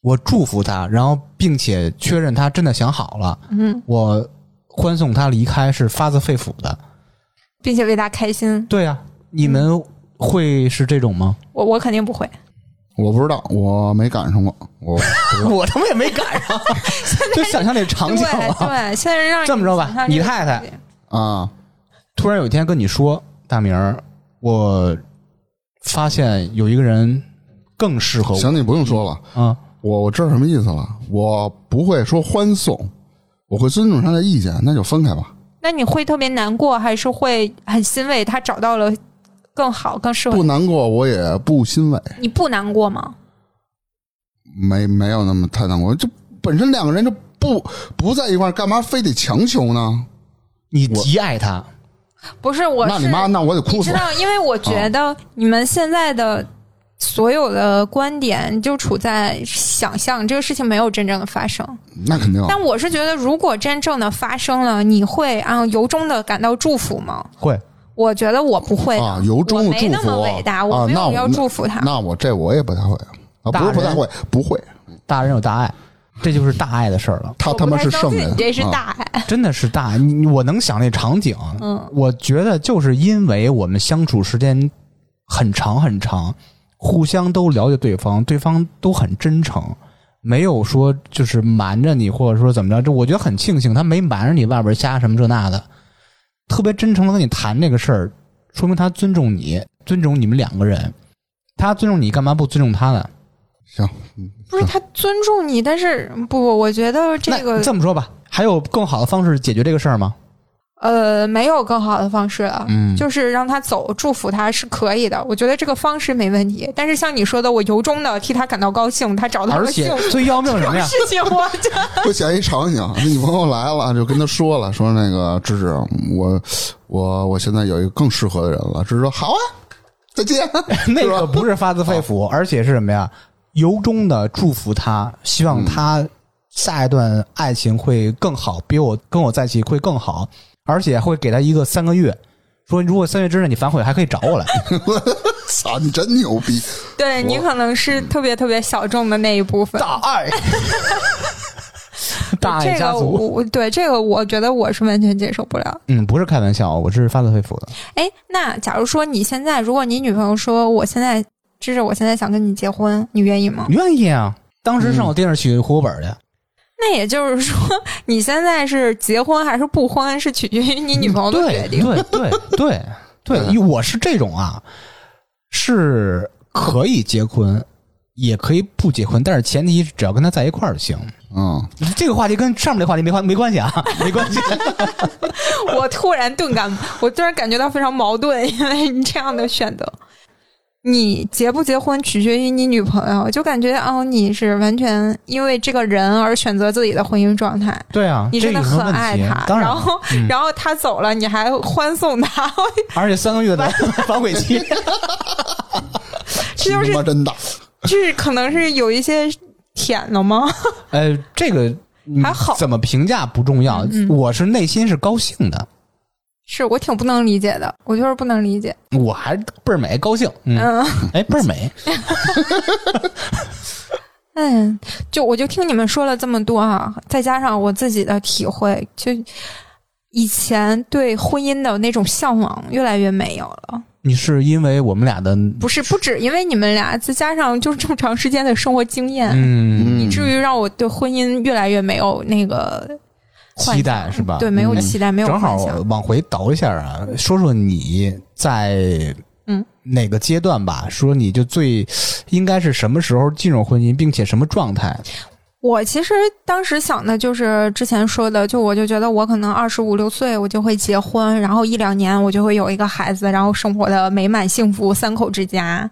A: 我祝福她，然后并且确认她真的想好了。
B: 嗯，
A: 我欢送她离开是发自肺腑的。
B: 并且为他开心，
A: 对啊，你们会是这种吗？
B: 我我肯定不会。
C: 我不知道，我没赶上过，我
A: 我他妈也没赶上，就想象那场
B: 对
A: 景啊。
B: 对，现在让你
A: 这么着吧
B: 想象
A: 你
B: 这个
A: 太太
B: 场景
C: 啊，
A: 突然有一天跟你说，大明儿，我发现有一个人更适合我
C: 行，你不用说了，
A: 啊。
C: 我我知道什么意思了，我不会说欢送，我会尊重他的意见，那就分开吧。
B: 那你会特别难过，还是会很欣慰他找到了更好、更适合
C: 不？难过，我也不欣慰，
B: 你不难过吗？
C: 没没有那么太难过，就本身两个人就不不在一块儿，干嘛非得强求呢？
A: 你极爱他，
B: 不是我
C: 那
B: 是
C: 你妈，那我得
B: 你
C: 哭死
B: 知
C: 了。哦
B: 道，因为我觉得你们现在的所有的观点就处在想象，这个事情没有真正的发生。
C: 那肯定，
B: 但我是觉得，如果真正的发生了，你会啊由衷的感到祝福吗？
F: 会，
B: 我觉得我不会的
C: 啊由衷地
B: 我没那
C: 祝福
B: 么伟大，
C: 啊
B: 我没
C: 那
B: 有
C: 我
B: 要祝福他。
C: 那我这我也不太会啊，
A: 大
C: 不是不太
A: 人
C: 会，不会，
A: 大人有大爱，这就是大爱的事儿了，
C: 他
B: 我
C: 他
B: 不
C: 妈
B: 太
C: 是
B: 相
C: 圣
B: 信
C: 人
B: 你，这是
C: 啊
B: 大爱。
A: 真的是大爱。你我能想那场景，啊
B: 嗯，
A: 我觉得就是因为我们相处时间很长很长，互相都了解对方，对方都很真诚，没有说就是瞒着你或者说怎么着，这我觉得很庆幸他没瞒着你外边瞎什么这那的，特别真诚的跟你谈这个事儿，说明他尊重你，尊重你们两个人。他尊重你，干嘛不尊重他呢？
C: 行，
B: 不是他尊重你，但是不，我觉得这
A: 那
B: 个
A: 这么说吧，还有更好的方式解决这个事儿吗？
B: 呃没有更好的方式了。
A: 嗯，
B: 就是让他走，祝福他是可以的，我觉得这个方式没问题。但是像你说的，我由衷的替他感到高兴，他找到
A: 而
B: 了幸
A: 且
B: 福
A: 最要命是什么呀？
B: 事 情，我就
C: 我想一场景，那女朋友来了，就跟他说了，说那个芝芝，我我我现在有一个更适合的人了。芝芝说好啊，再见。
A: 那个不是发自肺腑，而且是什么呀？由衷的祝福他，希望他下一段爱情会更好，比我跟我在一起会更好，而且会给他一个三个月，说如果三月之内你反悔，还可以找我来。
C: 操，你真牛逼！
B: 对你可能是特别特别小众的那一部分。
A: 大 爱，大爱
B: 这
A: 家
B: 个我
A: 族，
B: 我对这个，我觉得我是完全接受不了。
A: 嗯，不是开玩笑，我是发自肺腑的。
B: 哎，那假如说你现在，如果你女朋友说我现在，这是我现在想跟你结婚，你愿意吗？
A: 愿意啊，当时上我电视剧户口本去，
B: 那也就是说， 你现在是结婚还是不婚，是取决于你女朋友的决
A: 嗯对
B: 定。嗯
A: 对对 对对，我是这种啊，是可以结婚，也可以不结婚，但是前提是只要跟他在一块儿就行。
C: 嗯，
A: 这个话题跟上面这话题没关没关系啊，没 关系。
B: 我突然顿感，我突然感觉到非常矛盾，因为你这样的选择，你结不结婚取决于你女朋友，就感觉哦，你是完全因为这个人而选择自己的婚姻状态。
A: 对啊，
B: 你真的
A: 这有什么
B: 很
A: 问
B: 爱
A: 题
B: 他，
A: 当然了，嗯
B: 后、然后他走了，你还欢送他，
A: 而且三个月的反悔期，
B: 这就是 嗯
C: 心他妈真大。
B: 这可能是有一些舔了吗？
A: 呃，这个嗯
B: 还好
A: 怎么评价不重要，
B: 嗯嗯
A: 我是内心是高兴的，
B: 是我挺不能理解的，我就是不能理解。
A: 我还倍儿美高兴，嗯，
B: 嗯，
A: 哎，倍儿美，
B: 嗯，就我就听你们说了这么多啊，再加上我自己的体会，就以前对婚姻的那种向往越来越没有了。
A: 你是因为我们俩的
B: 不是，不止因为你们俩，再加上就是这么长时间的生活经验，
A: 嗯
C: 嗯，
B: 至于让我对婚姻越来越没有那个幻想
A: 期待是吧？嗯
B: 对，没有期待，没有
A: 正
B: 幻
A: 好
B: 想。
A: 往回倒一下啊，说说你在
B: 嗯
A: 哪个阶段吧？说你就最应该是什么时候进入婚姻，并且什么状态？
B: 我其实当时想的就是之前说的，就我就觉得我可能二十五六岁我就会结婚，然后一两年我就会有一个孩子，然后生活的美满幸福，三口之家。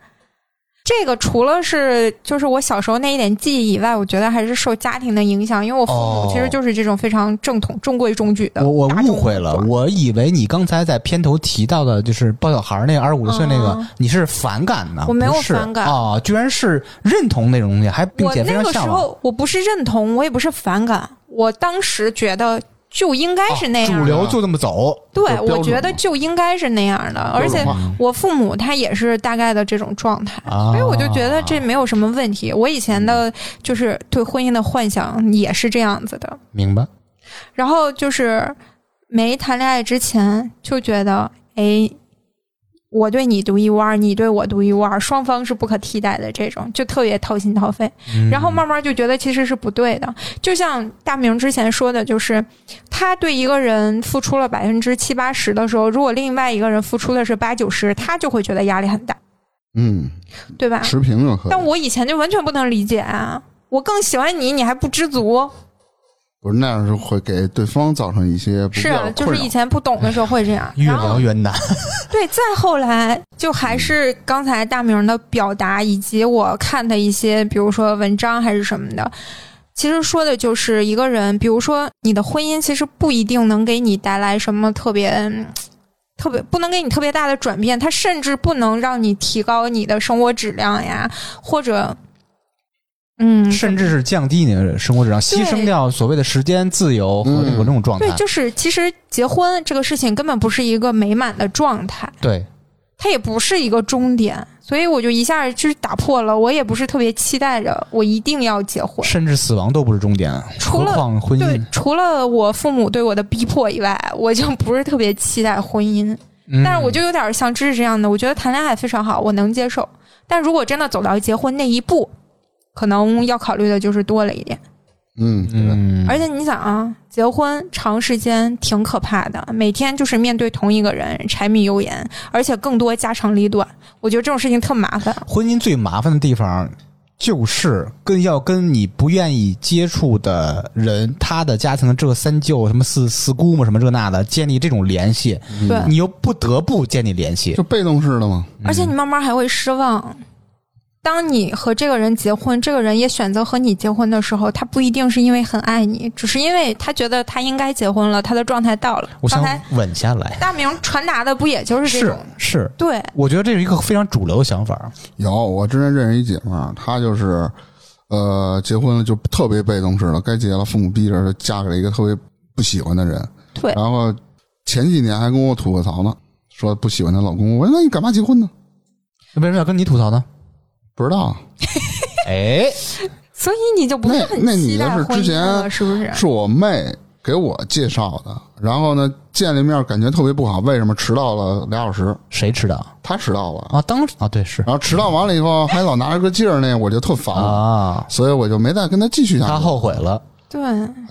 B: 这个除了是就是我小时候那一点记忆以外，我觉得还是受家庭的影响，因为我父母其实就是这种非常正统、中规中矩的。
A: 哦我我
B: 大
A: 误
B: 众
A: 会了，
B: 化
A: 我以为你刚才在片头提到的就是抱小孩儿那个二十五岁那个，
B: 嗯
A: 你是反感呢？
B: 我没有
A: 不是
B: 反感
A: 哦，居然是认同那种东西，还并
B: 我
A: 且非
B: 那
A: 常
B: 个时
A: 向往。
B: 候我不是认同，我也不是反感，我当时觉得就应该是那样
A: 哦
B: 的。
A: 主流就这么走，
B: 对，
C: 标准
B: 我觉得
C: 嘛
B: 就应该是那样的，而且
C: 标准化
B: 我父母他也是大概的这种状态，
A: 啊
B: 所以我就觉得这没有什么问题。我以前的就是对婚姻的幻想也是这样子的，
A: 明白？
B: 然后就是没谈恋爱之前就觉得，哎，我对你独一无二，你对我独一无二，双方是不可替代的，这种就特别掏心掏肺。
A: 嗯
B: 然后慢慢就觉得其实是不对的。就像大明之前说的，就是他对一个人付出了百分之七八十的时候，如果另外一个人付出的是八九十，他就会觉得压力很大，
C: 嗯，
B: 对吧？
C: 持平就可
B: 啊
C: 以
B: 但。我以前就完全不能理解啊，我更喜欢你，你还不知足，
C: 不是那样是会给对方造成一些不必
B: 是
C: 要
B: 啊，
C: 的
B: 就是
C: 困
B: 以
C: 扰。
B: 前不懂的时候会这样。
A: 越
B: 然后
A: 聊越难。
B: 对，再后来就还是刚才大明的表达，以及我看的一些，比如说文章还是什么的，其实说的就是一个人，比如说你的婚姻，其实不一定能给你带来什么特别嗯特别不能给你特别大的转变，它甚至不能让你提高你的生活质量呀，或者，嗯，
A: 甚至是降低你的生活质量，牺牲掉所谓的时间自由和这个
C: 嗯
A: 这种状态
B: 对，。就是其实结婚这个事情根本不是一个美满的状态，
A: 对，
B: 它也不是一个终点，所以我就一下就是打破了，我也不是特别期待着我一定要结婚，
A: 甚至死亡都不是嗯终点，
B: 除
A: 何
B: 了
A: 况婚
B: 对
A: 姻。，
B: 除了我父母对我的逼迫以外，我就不是特别期待婚姻。
A: 嗯
B: 但是我就有点像芝芝这样的，我觉得谈恋爱非常好，我能接受。但如果真的走到结婚那一步，可能要考虑的就是多了一点。
C: 嗯，对
A: 嗯，
B: 而且你想啊，结婚长时间挺可怕的，每天就是面对同一个人，柴米油盐，而且更多家长里短。我觉得这种事情特麻烦。
A: 婚姻最麻烦的地方就是跟要跟你不愿意接触的人，他的家庭的这三舅什么四四姑母什么这那的，建立这种联系，
B: 对，
A: 你又不得不建立联系
C: 嗯就。被动式的嘛。
B: 而且你慢慢还会失望。当你和这个人结婚，这个人也选择和你结婚的时候，他不一定是因为很爱你，只是因为他觉得他应该结婚了，他的状态到了。
A: 我
B: 刚
A: 想
B: 才
A: 稳下来。
B: 大明传达的不也就是这
A: 是
B: 种？
A: 是，
B: 对，
A: 我觉得这是一个非常主流的想法。
C: 有，我之前认识一姐们儿，啊她就是，呃，结婚了就特别被动式了，该结了，父母逼着就嫁给了一个特别不喜欢的人。
B: 对
C: 然后前几年还跟我吐过槽呢，说不喜欢她老公。我说那你干嘛结婚呢？
A: 那为什么要跟你吐 槽呢？
C: 不知道啊，
A: 哎，
B: 所以你就不是
C: 那
B: 很
C: 那
B: 期
C: 你
B: 待
C: 要是
B: 婚
C: 之
B: 姻
C: 前
B: 了，是不是？
C: 是我妹给我介绍的。然后呢，见了一面感觉特别不好，为什么迟到了俩小时？
A: 谁迟到
C: 她迟到了，
A: 啊？当时啊，对是
C: 然后迟到完了以后还老拿着个劲儿呢，我就特烦了。
A: 啊，
C: 所以我就没再跟她继续下去。
A: 他后悔了。
B: 对，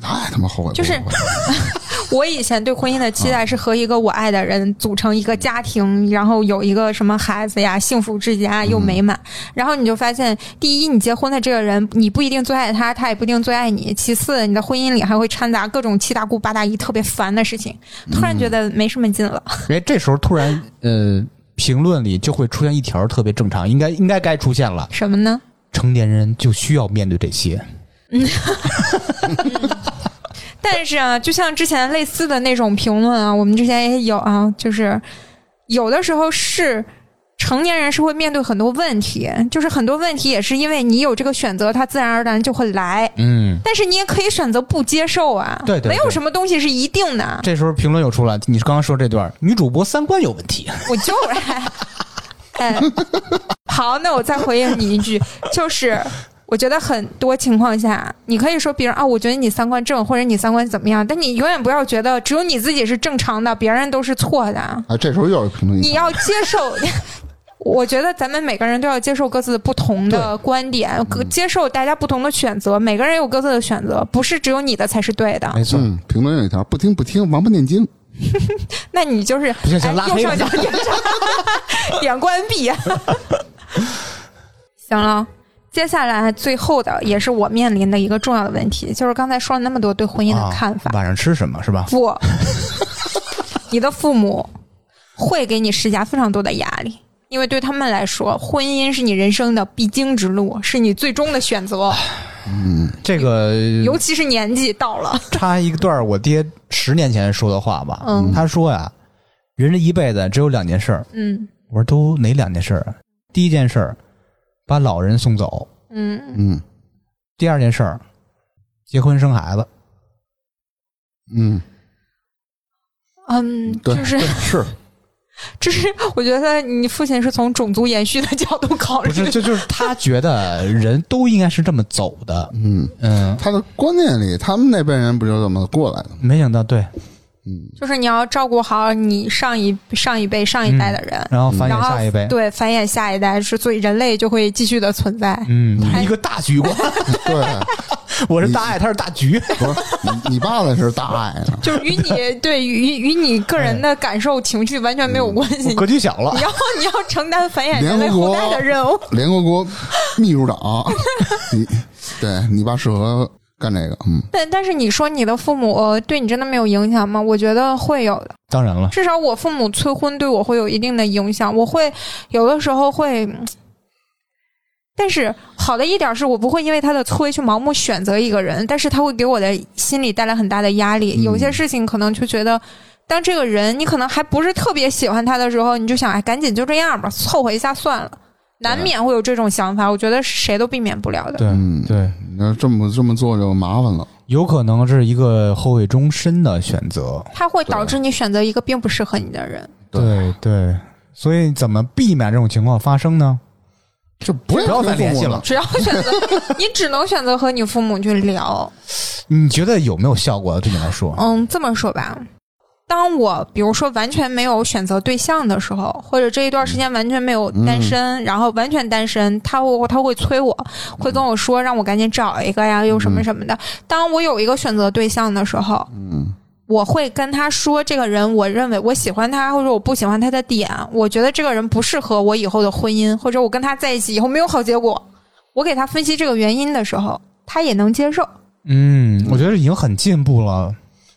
C: 太他妈后悔了，
B: 就是
C: 后悔了
B: 我以前对婚姻的期待是和一个我爱的人组成一个家庭，然后有一个什么孩子呀，幸福之家又美满。然后你就发现，第一，你结婚的这个人，你不一定最爱他，他也不一定最爱你；其次，你的婚姻里还会掺杂各种七大姑八大姨特别烦的事情，突然觉得没什么劲了。
A: 哎，这时候突然呃，评论里就会出现一条特别正常，应该应该该出现了。
B: 什么呢？
A: 成年人就需要面对这些。
B: 但是啊，就像之前类似的那种评论啊，我们之前也有啊，就是有的时候是成年人是会面对很多问题，就是很多问题也是因为你有这个选择，它自然而然就会来。
A: 嗯，
B: 但是你也可以选择不接受啊，
A: 对对对
B: 没有什么东西是一定的。
A: 这时候评论又出来，你刚刚说这段，女主播三观有问题。
B: 我就来，哎，好，那我再回应你一句，就是我觉得很多情况下，你可以说别人啊，我觉得你三观正，或者你三观怎么样，但你永远不要觉得只有你自己是正常的，别人都是错的，
C: 哎，这时候又有评论
B: 你
C: 一条，
B: 要接受。 我觉得咱们每个人都要接受各自不同的观点，各接受大家不同的选择。每个人有各自的选择，不是只有你的才是对的。
A: 没错，
C: 嗯，评论有一条，不听不听，王八念经，
B: 那你就是
A: 不行行
B: 哎
A: 拉
B: 右
A: 黑吧
B: 上角点 上点关闭。行了，接下来啊最后的也是我面临的一个重要的问题，就是刚才说了那么多对婚姻的看法，嗯
A: 晚上吃什么是吧？
B: 不，啊 你的父母会给你施加非常多的压力。因为对他们来说，婚姻是你人生的必经之路，是你最终的选择，嗯
A: 这个呃
B: 尤其是年纪到了，
A: 插一段我爹十年前说的话吧。
B: 嗯
A: 他说呀，人这一辈子只有两件事儿。
B: 嗯
A: 我说都哪两件事儿啊？第一件事儿，把老人送走；
B: 嗯，
C: 嗯
A: 第二件事儿，结婚生孩子。
C: 嗯，
B: 嗯，
C: 对，
B: 就是
C: 对 是，
B: 就是 我觉得你父亲是从种族延续的角度考虑，
A: 不 是，就就是他觉得人都应该是这么走的。
C: 嗯，
A: 嗯，
C: 他的观念里，他们那辈人不就这么过来的吗？
A: 没想到对，
C: 嗯，
B: 就是你要照顾好你上一上一辈上一代的人，
A: 然后嗯繁
B: 嗯然
A: 衍
B: 后
A: 下一辈。
B: 对繁衍下一代是，所以人类就会继续的存在。
A: 嗯，他是一个大局观，
C: 对，
A: 我是大爱，他是大 局。
C: 不是你，你爸才是大爱呢，
B: 就是与你对与与你个
A: 嗯
B: 人的感受、情绪完全没有关系。
A: 格局小了
B: 你，要你要承担繁衍
C: 联
B: 人类
C: 合
B: 后
C: 国
B: 代的任务。
C: 联合国秘书长，你对你爸适合干这个，嗯，
B: 但但是你说你的父母呃对你真的没有影响吗？我觉得会有的。
A: 当然了，
B: 至少我父母催婚对我会有一定的影响，我会有的时候会。嗯但是好的一点是我不会因为他的催去盲目选择一个人，但是他会给我的心理带来很大的压力。有些事情可能就觉得当这个人你可能还不是特别喜欢他的时候，你就想，哎，赶紧就这样吧，凑合一下算了。难免会有这种想法，我觉得谁都避免不了的。
A: 对
C: 嗯
A: 对，
C: 你要这么这么做就麻烦了。
A: 有可能是一个后悔终身的选择。
B: 它会导致你选择一个并不适合你的人。
C: 对
A: 对对，所以怎么避免这种情况发生呢？
C: 这不
A: 不要再联系了
B: 只要选择，你只能选择和你父母去聊。
A: 你觉得有没有效果？对你来说，
B: 嗯，这么说吧，当我比如说完全没有选择对象的时候，或者这一段时间完全没有单身，然后完全单身，他会他会催我，会跟我说让我赶紧找一个呀，又什么什么的。当我有一个选择对象的时候，
C: 嗯，
B: 我会跟他说，这个人我认为我喜欢他，或者我不喜欢他的点，我觉得这个人不适合我以后的婚姻，或者我跟他在一起以后没有好结果。我给他分析这个原因的时候，他也能接受，
A: 嗯，我觉得已经很进步了。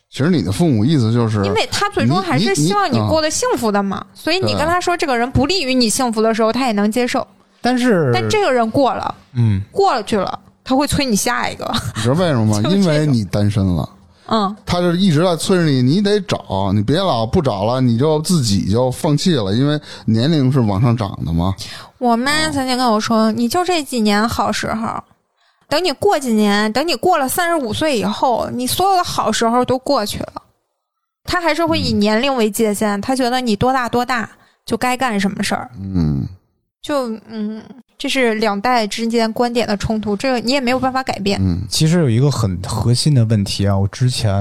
C: 其实你的父母意思就是
B: 因为他最终还是希望你啊过得幸福的嘛。所以你跟他说这个人不利于你幸福的时候，他也能接受。
A: 但是，
B: 但这个人过了，
A: 嗯，
B: 过了去了，他会催你下一个。
C: 你知道为什么吗？
B: 就是这
C: 因
B: 种
C: 为你单身了。
B: 嗯，
C: 他就一直在催着你，你得找，你别老不找了，你就自己就放弃了，因为年龄是往上涨的嘛。
B: 我妈曾经跟我说：“你就这几年好时候，等你过几年，等你过了三十五岁以后，你所有的好时候都过去了。”她还是会以年龄为界限，她觉得你多大多大就该干什么事儿，
C: 嗯，
B: 就嗯，这是两代之间观点的冲突，这个你也没有办法改变。
C: 嗯
A: 其实有一个很核心的问题啊，我之前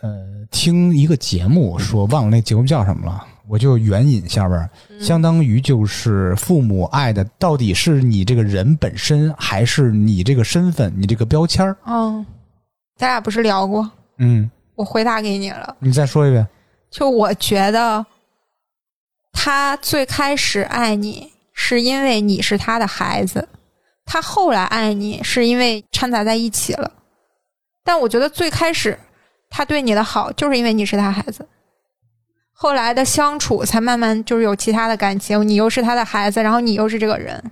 A: 呃听一个节目说，忘了那节目叫什么了，我就援引下边儿，相当于就是父母爱的到底是你这个人本身，还是你这个身份、你这个标签儿？
B: 嗯，咱俩不是聊过，
A: 嗯，
B: 我回答给你了。
A: 你再说一遍。
B: 就我觉得，他最开始爱你是因为你是他的孩子，他后来爱你是因为掺杂在一起了。但我觉得最开始他对你的好，就是因为你是他孩子。后来的相处才慢慢就是有其他的感情，你又是他的孩子，然后你又是这个人。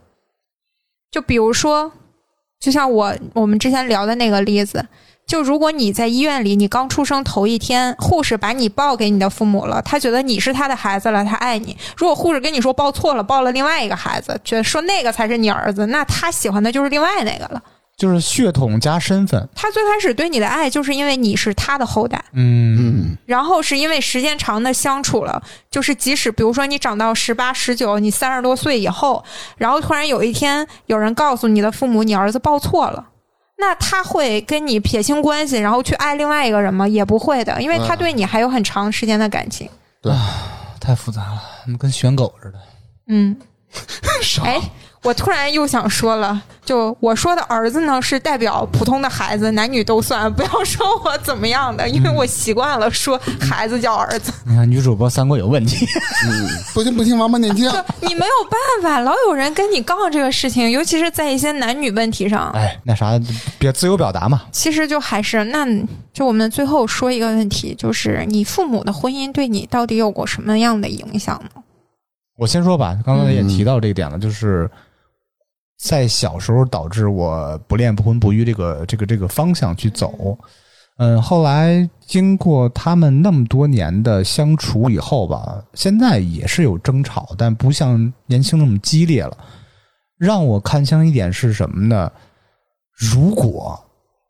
B: 就比如说，就像我我们之前聊的那个例子，就如果你在医院里，你刚出生头一天，护士把你抱给你的父母了，他觉得你是他的孩子了，他爱你。如果护士跟你说抱错了，抱了另外一个孩子，觉得说那个才是你儿子，那他喜欢的就是另外那个了。
A: 就是血统加身份，
B: 他最开始对你的爱，就是因为你是他的后代，
A: 嗯，
C: 嗯
B: 然后是因为时间长的相处了，就是即使比如说你长到十八、十九，你三十多岁以后，然后突然有一天有人告诉你的父母你儿子抱错了，那他会跟你撇清关系，然后去爱另外一个人吗？也不会的，因为他对你还有很长时间的感情。
A: 太复杂了，跟选狗似的。
B: 嗯，哎，我突然又想说了，就我说的儿子呢，是代表普通的孩子，男女都算，不要说我怎么样的，因为我习惯了说孩子叫儿子。
A: 你看女主播三观有问题，
C: 嗯，不行不行，王八念经。
B: 你没有办法，老有人跟你杠这个事情，尤其是在一些男女问题上，
A: 哎，那啥，别自由表达嘛。
B: 其实就还是那，就我们最后说一个问题，就是你父母的婚姻对你到底有过什么样的影响呢？
A: 我先说吧，刚才也提到这一点了，就是在小时候导致我不恋不婚不育这个这个这个方向去走。嗯，后来经过他们那么多年的相处以后吧，现在也是有争吵，但不像年轻那么激烈了。让我看清一点是什么呢？如果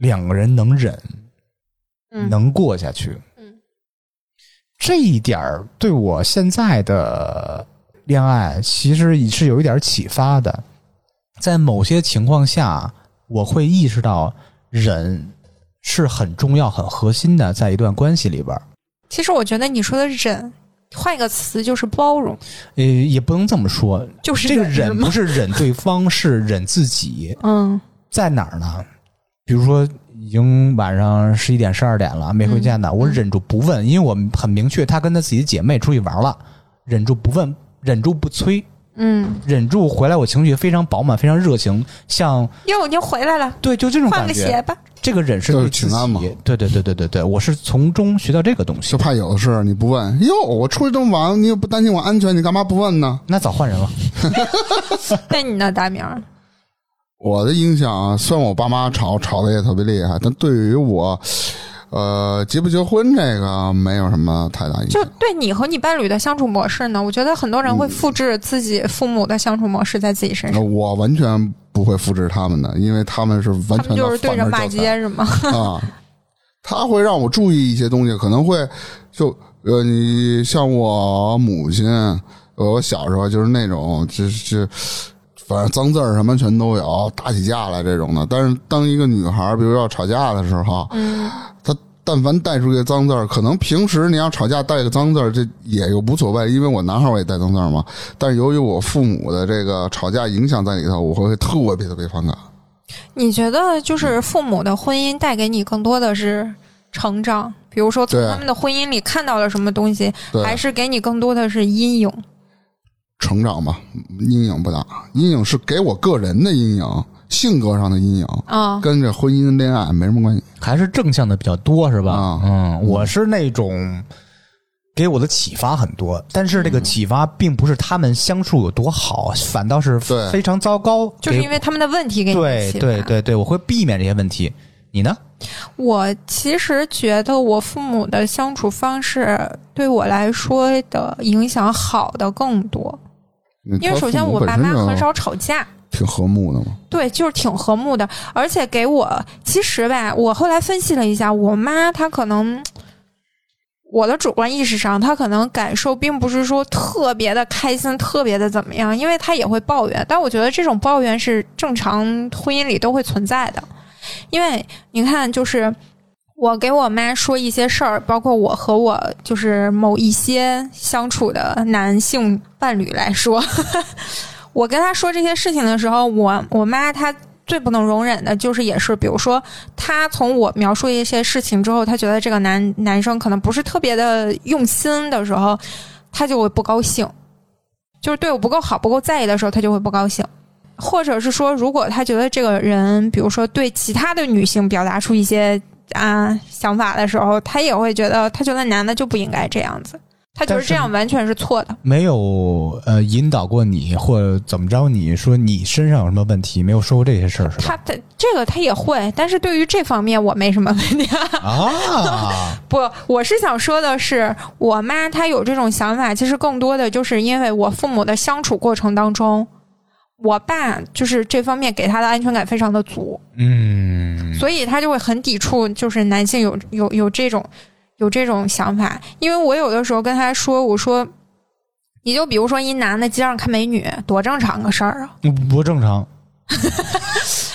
A: 两个人能忍，
B: 嗯，
A: 能过下去。
B: 嗯，
A: 这一点儿对我现在的恋爱其实也是有一点儿启发的。在某些情况下，我会意识到忍是很重要、很核心的，在一段关系里边儿。
B: 其实我觉得你说的忍，换一个词就是包容，
A: 呃，也不能这么说，
B: 就是
A: 这个
B: 忍
A: 忍不是忍对方，是忍自己。
B: 嗯
A: 在哪儿呢？比如说已经晚上十一点、十二点了，没回家
B: 嗯
A: 呢，我忍住不问，因为我很明确，她跟她自己的姐妹出去玩了，忍住不问，忍住不催，
B: 嗯，
A: 忍住回来，我情绪非常饱满，非常热情，像
B: 哟，您回来了，
A: 对，就这种
B: 换
A: 感
B: 个鞋
A: 觉。
B: 吧。
A: 这个忍是
C: 就是
A: 对自己
C: 请安嘛
A: 对对对对对对，我是从中学到这个东西
C: 就。怕有的是你不问，哟，我出去这么晚，你也不担心我安全，你干嘛不问呢？
A: 那早换人了，
B: 那你呢，大明儿？
C: 我的影响啊，虽然我爸妈吵吵的也特别厉害，但对于我，呃，结不结婚这个没有什么太大影响
B: 就。对你和你伴侣的相处模式呢？我觉得很多
A: 嗯
B: 人会复制自己父母的相处模式在自己身
C: 那
B: 上，
C: 我完全不会复制他们的，因为他们是
B: 他
C: 完全
B: 们就是
C: 的
B: 对
C: 反
B: 着
C: 面
B: 骂
C: 教材
B: 街是吗？
C: 啊。他会让我注意一些东西，可能会就呃，你像我母亲，呃我小时候就是那种，就是反正脏字儿什么全都有，打起架来这种的。但是当一个女孩儿，比如要吵架的时候，
B: 嗯，
C: 她但凡带出一个脏字儿，可能平时你要吵架带个脏字儿，这也就无所谓，因为我男孩儿我也带脏字儿嘛。但是由于我父母的这个吵架影响在里头，我会特别特别反感。
B: 你觉得
A: 嗯
B: 就是父母的婚姻带给你更多的是成长，比如说从
C: 对
B: 他们的婚姻里看到了什么东西，
C: 对，
B: 还是给你更多的是阴影？
C: 成长吧，阴影不大，阴影是给我个人的阴影，性格上的阴影，
B: 啊、
C: 跟这婚姻恋爱没什么关系。
A: 还是正向的比较多，是吧？
C: 啊
A: 嗯，我是那种给我的启发很多，但是这个启发并不是他们相处有多好，反倒是
C: 对
A: 非常糟糕。
B: 就是
A: 给
B: 因为他们的问题给你
A: 对
B: 启发
A: 对对对，我会避免这些问题。你呢？
B: 我其实觉得我父母的相处方式对我来说的影响好的更多，因为首先我爸妈很少吵架，
C: 挺和睦的嘛，
B: 对，就是挺和睦的，而且给我其实吧，我后来分析了一下，我妈她可能。嗯我的主观意识上，她可能感受并不是说特别的开心，特别的怎么样，因为她也会抱怨。但我觉得这种抱怨是正常婚姻里都会存在的，因为你看，就是我给我妈说一些事儿，包括我和我就是某一些相处的男性伴侣来说，我跟她说这些事情的时候，我我妈她。最不能容忍的就是，也是比如说，她从我描述一些事情之后，她觉得这个男男生可能不是特别的用心的时候，她就会不高兴，就是对我不够好、不够在意的时候，她就会不高兴。或者是说，如果她觉得这个人，比如说对其他的女性表达出一些啊想法的时候，她也会觉得，她觉得男的就不应该这样子，她觉得
A: 但是
B: 这样完全是错的。
A: 没有呃引导过你或者怎么着？你说你身上有什么问题？没有说过这些事儿是吧？
B: 他的这个他也会，但是对于这方面我没什么 问题。
A: 啊，
B: 不，我是想说的是，我妈她有这种想法，其实更多的就是因为我父母的相处过程当中，我爸就是这方面给她的安全感非常的足，
A: 嗯，
B: 所以她就会很抵触，就是男性有有有这种有这种想法。因为我有的时候跟她说，我说。你就比如说一男的街上看美女，多正常个事儿啊，
A: 不不正常。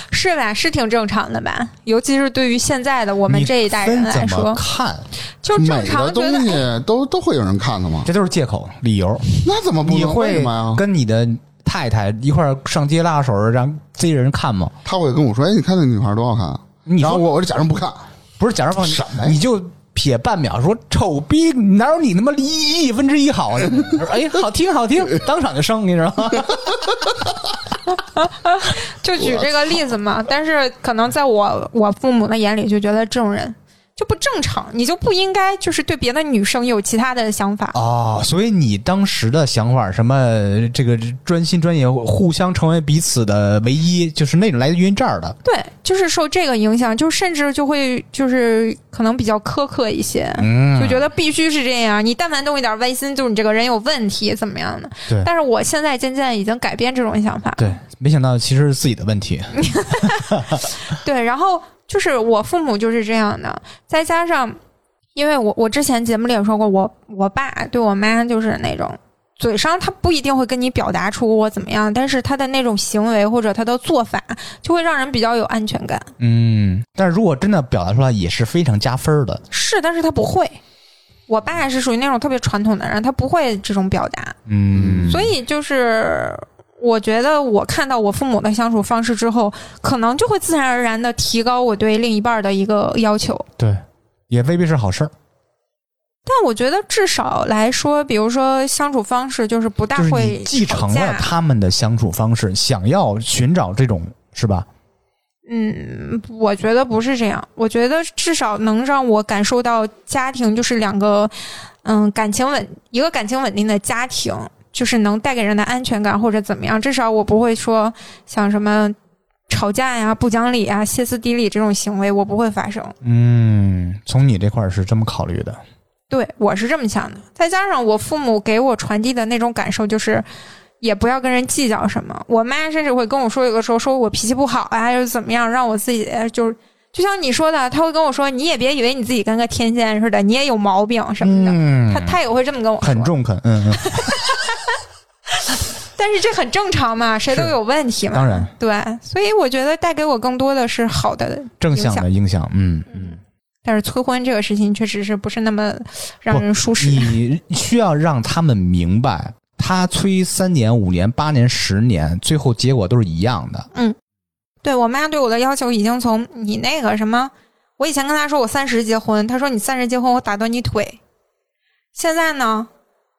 B: 是吧？是挺正常的吧？尤其是对于现在的我们
A: 你
B: 这一代人
A: 分
B: 来
A: 怎
B: 说
A: 么，看？
B: 就正
C: 每
B: 常
C: 个
B: 觉得
C: 东西都都会有人看的 嘛，
A: 这都是借口理由。
C: 那怎么不
A: 你
C: 能？为
A: 会
C: 什么呀？
A: 跟你的太太一块儿上街拉手，让这些人看吗？
C: 他会跟我说：“哎，你看那女孩多好看。
A: 你”
C: 然后
A: 说
C: 我我就假装不看，
A: 不是，假如放
C: 什么呀
A: 你，你就撇半秒说丑逼，哪有你他妈一亿分之一好啊？ 哎，好听好听，当场就生，你知道 吗？
B: 就举这个例子嘛。但是可能在我我父母的眼里，就觉得这种人就不正常，你就不应该就是对别的女生有其他的想法。
A: 哦，所以你当时的想法，什么这个专心专业，互相成为彼此的唯一，就是那种来源于这儿的。
B: 对，就是受这个影响，就甚至就会就是可能比较苛刻一些。
A: 嗯
B: 就觉得必须是这样，你但凡动一点歪心，就是你这个人有问题，怎么样的？
A: 对
B: 但是我现在渐渐已经改变这种想法了，
A: 对，没想到其实是自己的问题。
B: 对，然后就是我父母就是这样的，再加上，因为我我之前节目里也说过，我我爸对我妈就是那种嘴上他不一定会跟你表达出我怎么样，但是他的那种行为或者他的做法就会让人比较有安全感。
A: 嗯，但是如果真的表达出来，也是非常加分儿的。
B: 是，但是他不会。我爸是属于那种特别传统的人，他不会这种表达，
A: 嗯，
B: 所以就是。我觉得我看到我父母的相处方式之后，可能就会自然而然的提高我对另一半的一个要求。
A: 对，也未必是好事儿。
B: 但我觉得至少来说，比如说相处方式，就是不大
A: 就是
B: 会
A: 你继承
B: 吵架
A: 了他们的相处方式，想要寻找这种是吧？
B: 嗯，我觉得不是这样。我觉得至少能让我感受到家庭就是两个，嗯，感情稳，一个感情稳定的家庭，就是能带给人的安全感或者怎么样。至少我不会说像什么吵架呀、不讲理啊、歇斯底里这种行为，我不会发生。
A: 嗯，从你这块儿是这么考虑的，
B: 对我是这么想的。再加上我父母给我传递的那种感受，就是也不要跟人计较什么。我妈甚至会跟我说，有的时候说我脾气不好啊，又怎么样，让我自己呃就是。就像你说的，她会跟我说：“你也别以为你自己跟个天仙似的，你也有毛病什么的。
A: 嗯
B: 她她也会这么跟我说，
A: 很中肯，嗯 嗯，
B: 但是这很正常嘛，谁都
A: 是
B: 有问题嘛。
A: 当然
B: 对，所以我觉得带给我更多的是好的，
A: 正向的影响，嗯嗯。
B: 但是催婚这个事情确实是不是那么让
A: 不
B: 人舒适。
A: 你需要让他们明白，他催三年、五年、八年、十年，最后结果都是一样的。
B: 对我妈对我的要求已经从你那个什么，我以前跟她说我三十结婚，她说你三十结婚我打断你腿。现在呢，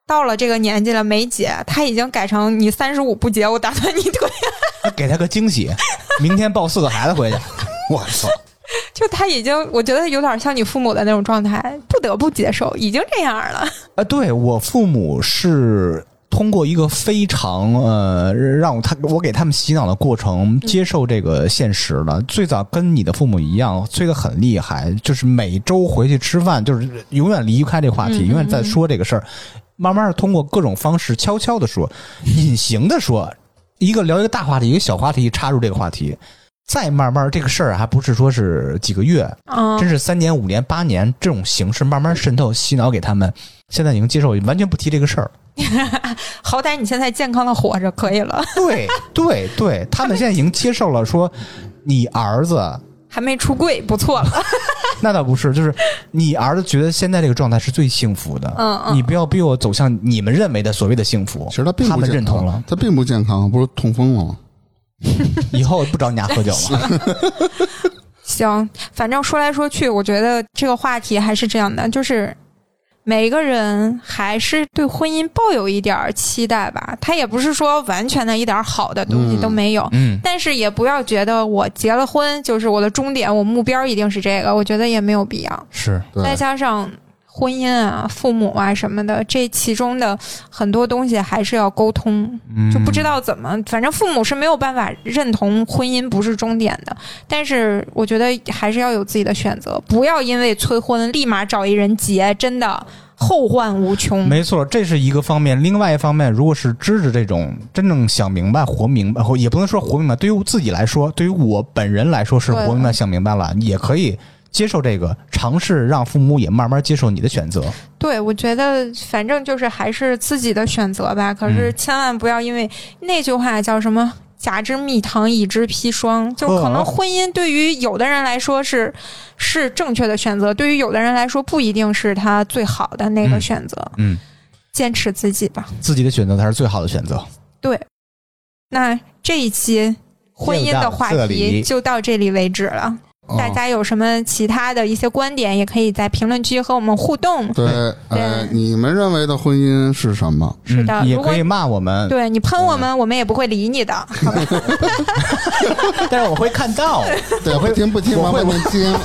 B: 到了这个年纪了没结，她已经改成你三十五不结我打断你腿，
A: 给他个惊喜，明天抱四个孩子回去。 我操！
B: 就她已经我觉得有点像你父母的那种状态，不得不接受，已经这样了。
A: 啊，对我父母是通过一个非常呃让我他我给他们洗脑的过程，接受这个现实了。最早跟你的父母一样，催得很厉害，就是每周回去吃饭，就是永远离不开这个话题，永远在说这个事儿。慢慢的通过各种方式悄悄的说，隐形的说，一个聊一个大话题，一个小话题插入这个话题。再慢慢，这个事儿还不是说是几个月，
B: 嗯，
A: 真是三年、五年、八年这种形式慢慢渗透、洗脑给他们，现在已经接受，完全不提这个事儿。
B: 好歹你现在健康的活着可以了，
A: 对对对，他们现在已经接受了，说你儿子
B: 还没出柜，不错了。
A: 那倒不是，就是你儿子觉得现在这个状态是最幸福的。
B: 嗯嗯
A: 你不要逼我走向你们认为的所谓的幸福。
C: 其实他并不
A: 们
C: 健
A: 认
C: 康
A: 同了，
C: 他并不健康，不是痛风了吗？
A: 以后不找你俩喝酒了。
B: 行，反正说来说去，我觉得这个话题还是这样的，就是每个人还是对婚姻抱有一点儿期待吧。他也不是说完全的一点儿好的东西都没有，
A: 嗯，
B: 但是也不要觉得我结了婚就是我的终点，我目标一定是这个，我觉得也没有必要。
A: 是
C: 对，
B: 再加上婚姻啊、父母啊什么的，这其中的很多东西还是要沟通，就不知道怎么，反正父母是没有办法认同婚姻不是终点的。但是我觉得还是要有自己的选择，不要因为催婚立马找一人结，真的后患无穷。
A: 没错，这是一个方面。另外一方面，如果是支持这种真正想明白、活明白，或也不能说活明白，对于我自己来说，对于我本人来说是
B: 对
A: 活明白、想明白了，也可以接受这个，尝试让父母也慢慢接受你的选择。
B: 对，我觉得反正就是还是自己的选择吧。可
A: 嗯
B: 是千万不要因为那句话叫什么“甲之蜜糖，乙之砒霜”，就可
A: 呵
B: 能婚姻对于有的人来说是是正确的选择，对于有的人来说不一定是他最好的那个
A: 嗯
B: 选择。
A: 嗯，
B: 坚持自己吧。
A: 自己的选择才是最好的选择。
B: 那这一期婚姻的话
A: 就到这
B: 题
A: 里
B: 就到这里为止了。大
C: 哦
B: 家有什么其他的一些观点，也可以在评论区和我们互
A: 嗯
B: 动。
C: 对，呃，你们认为的婚姻是什么？
B: 是的
A: 嗯、也
B: 如果
A: 可以骂我们，
B: 对你喷
A: 嗯
B: 我们，我们也不会理你的。
A: 但是我会看到。
C: 对，不听不听，
A: 我会
C: 完不听。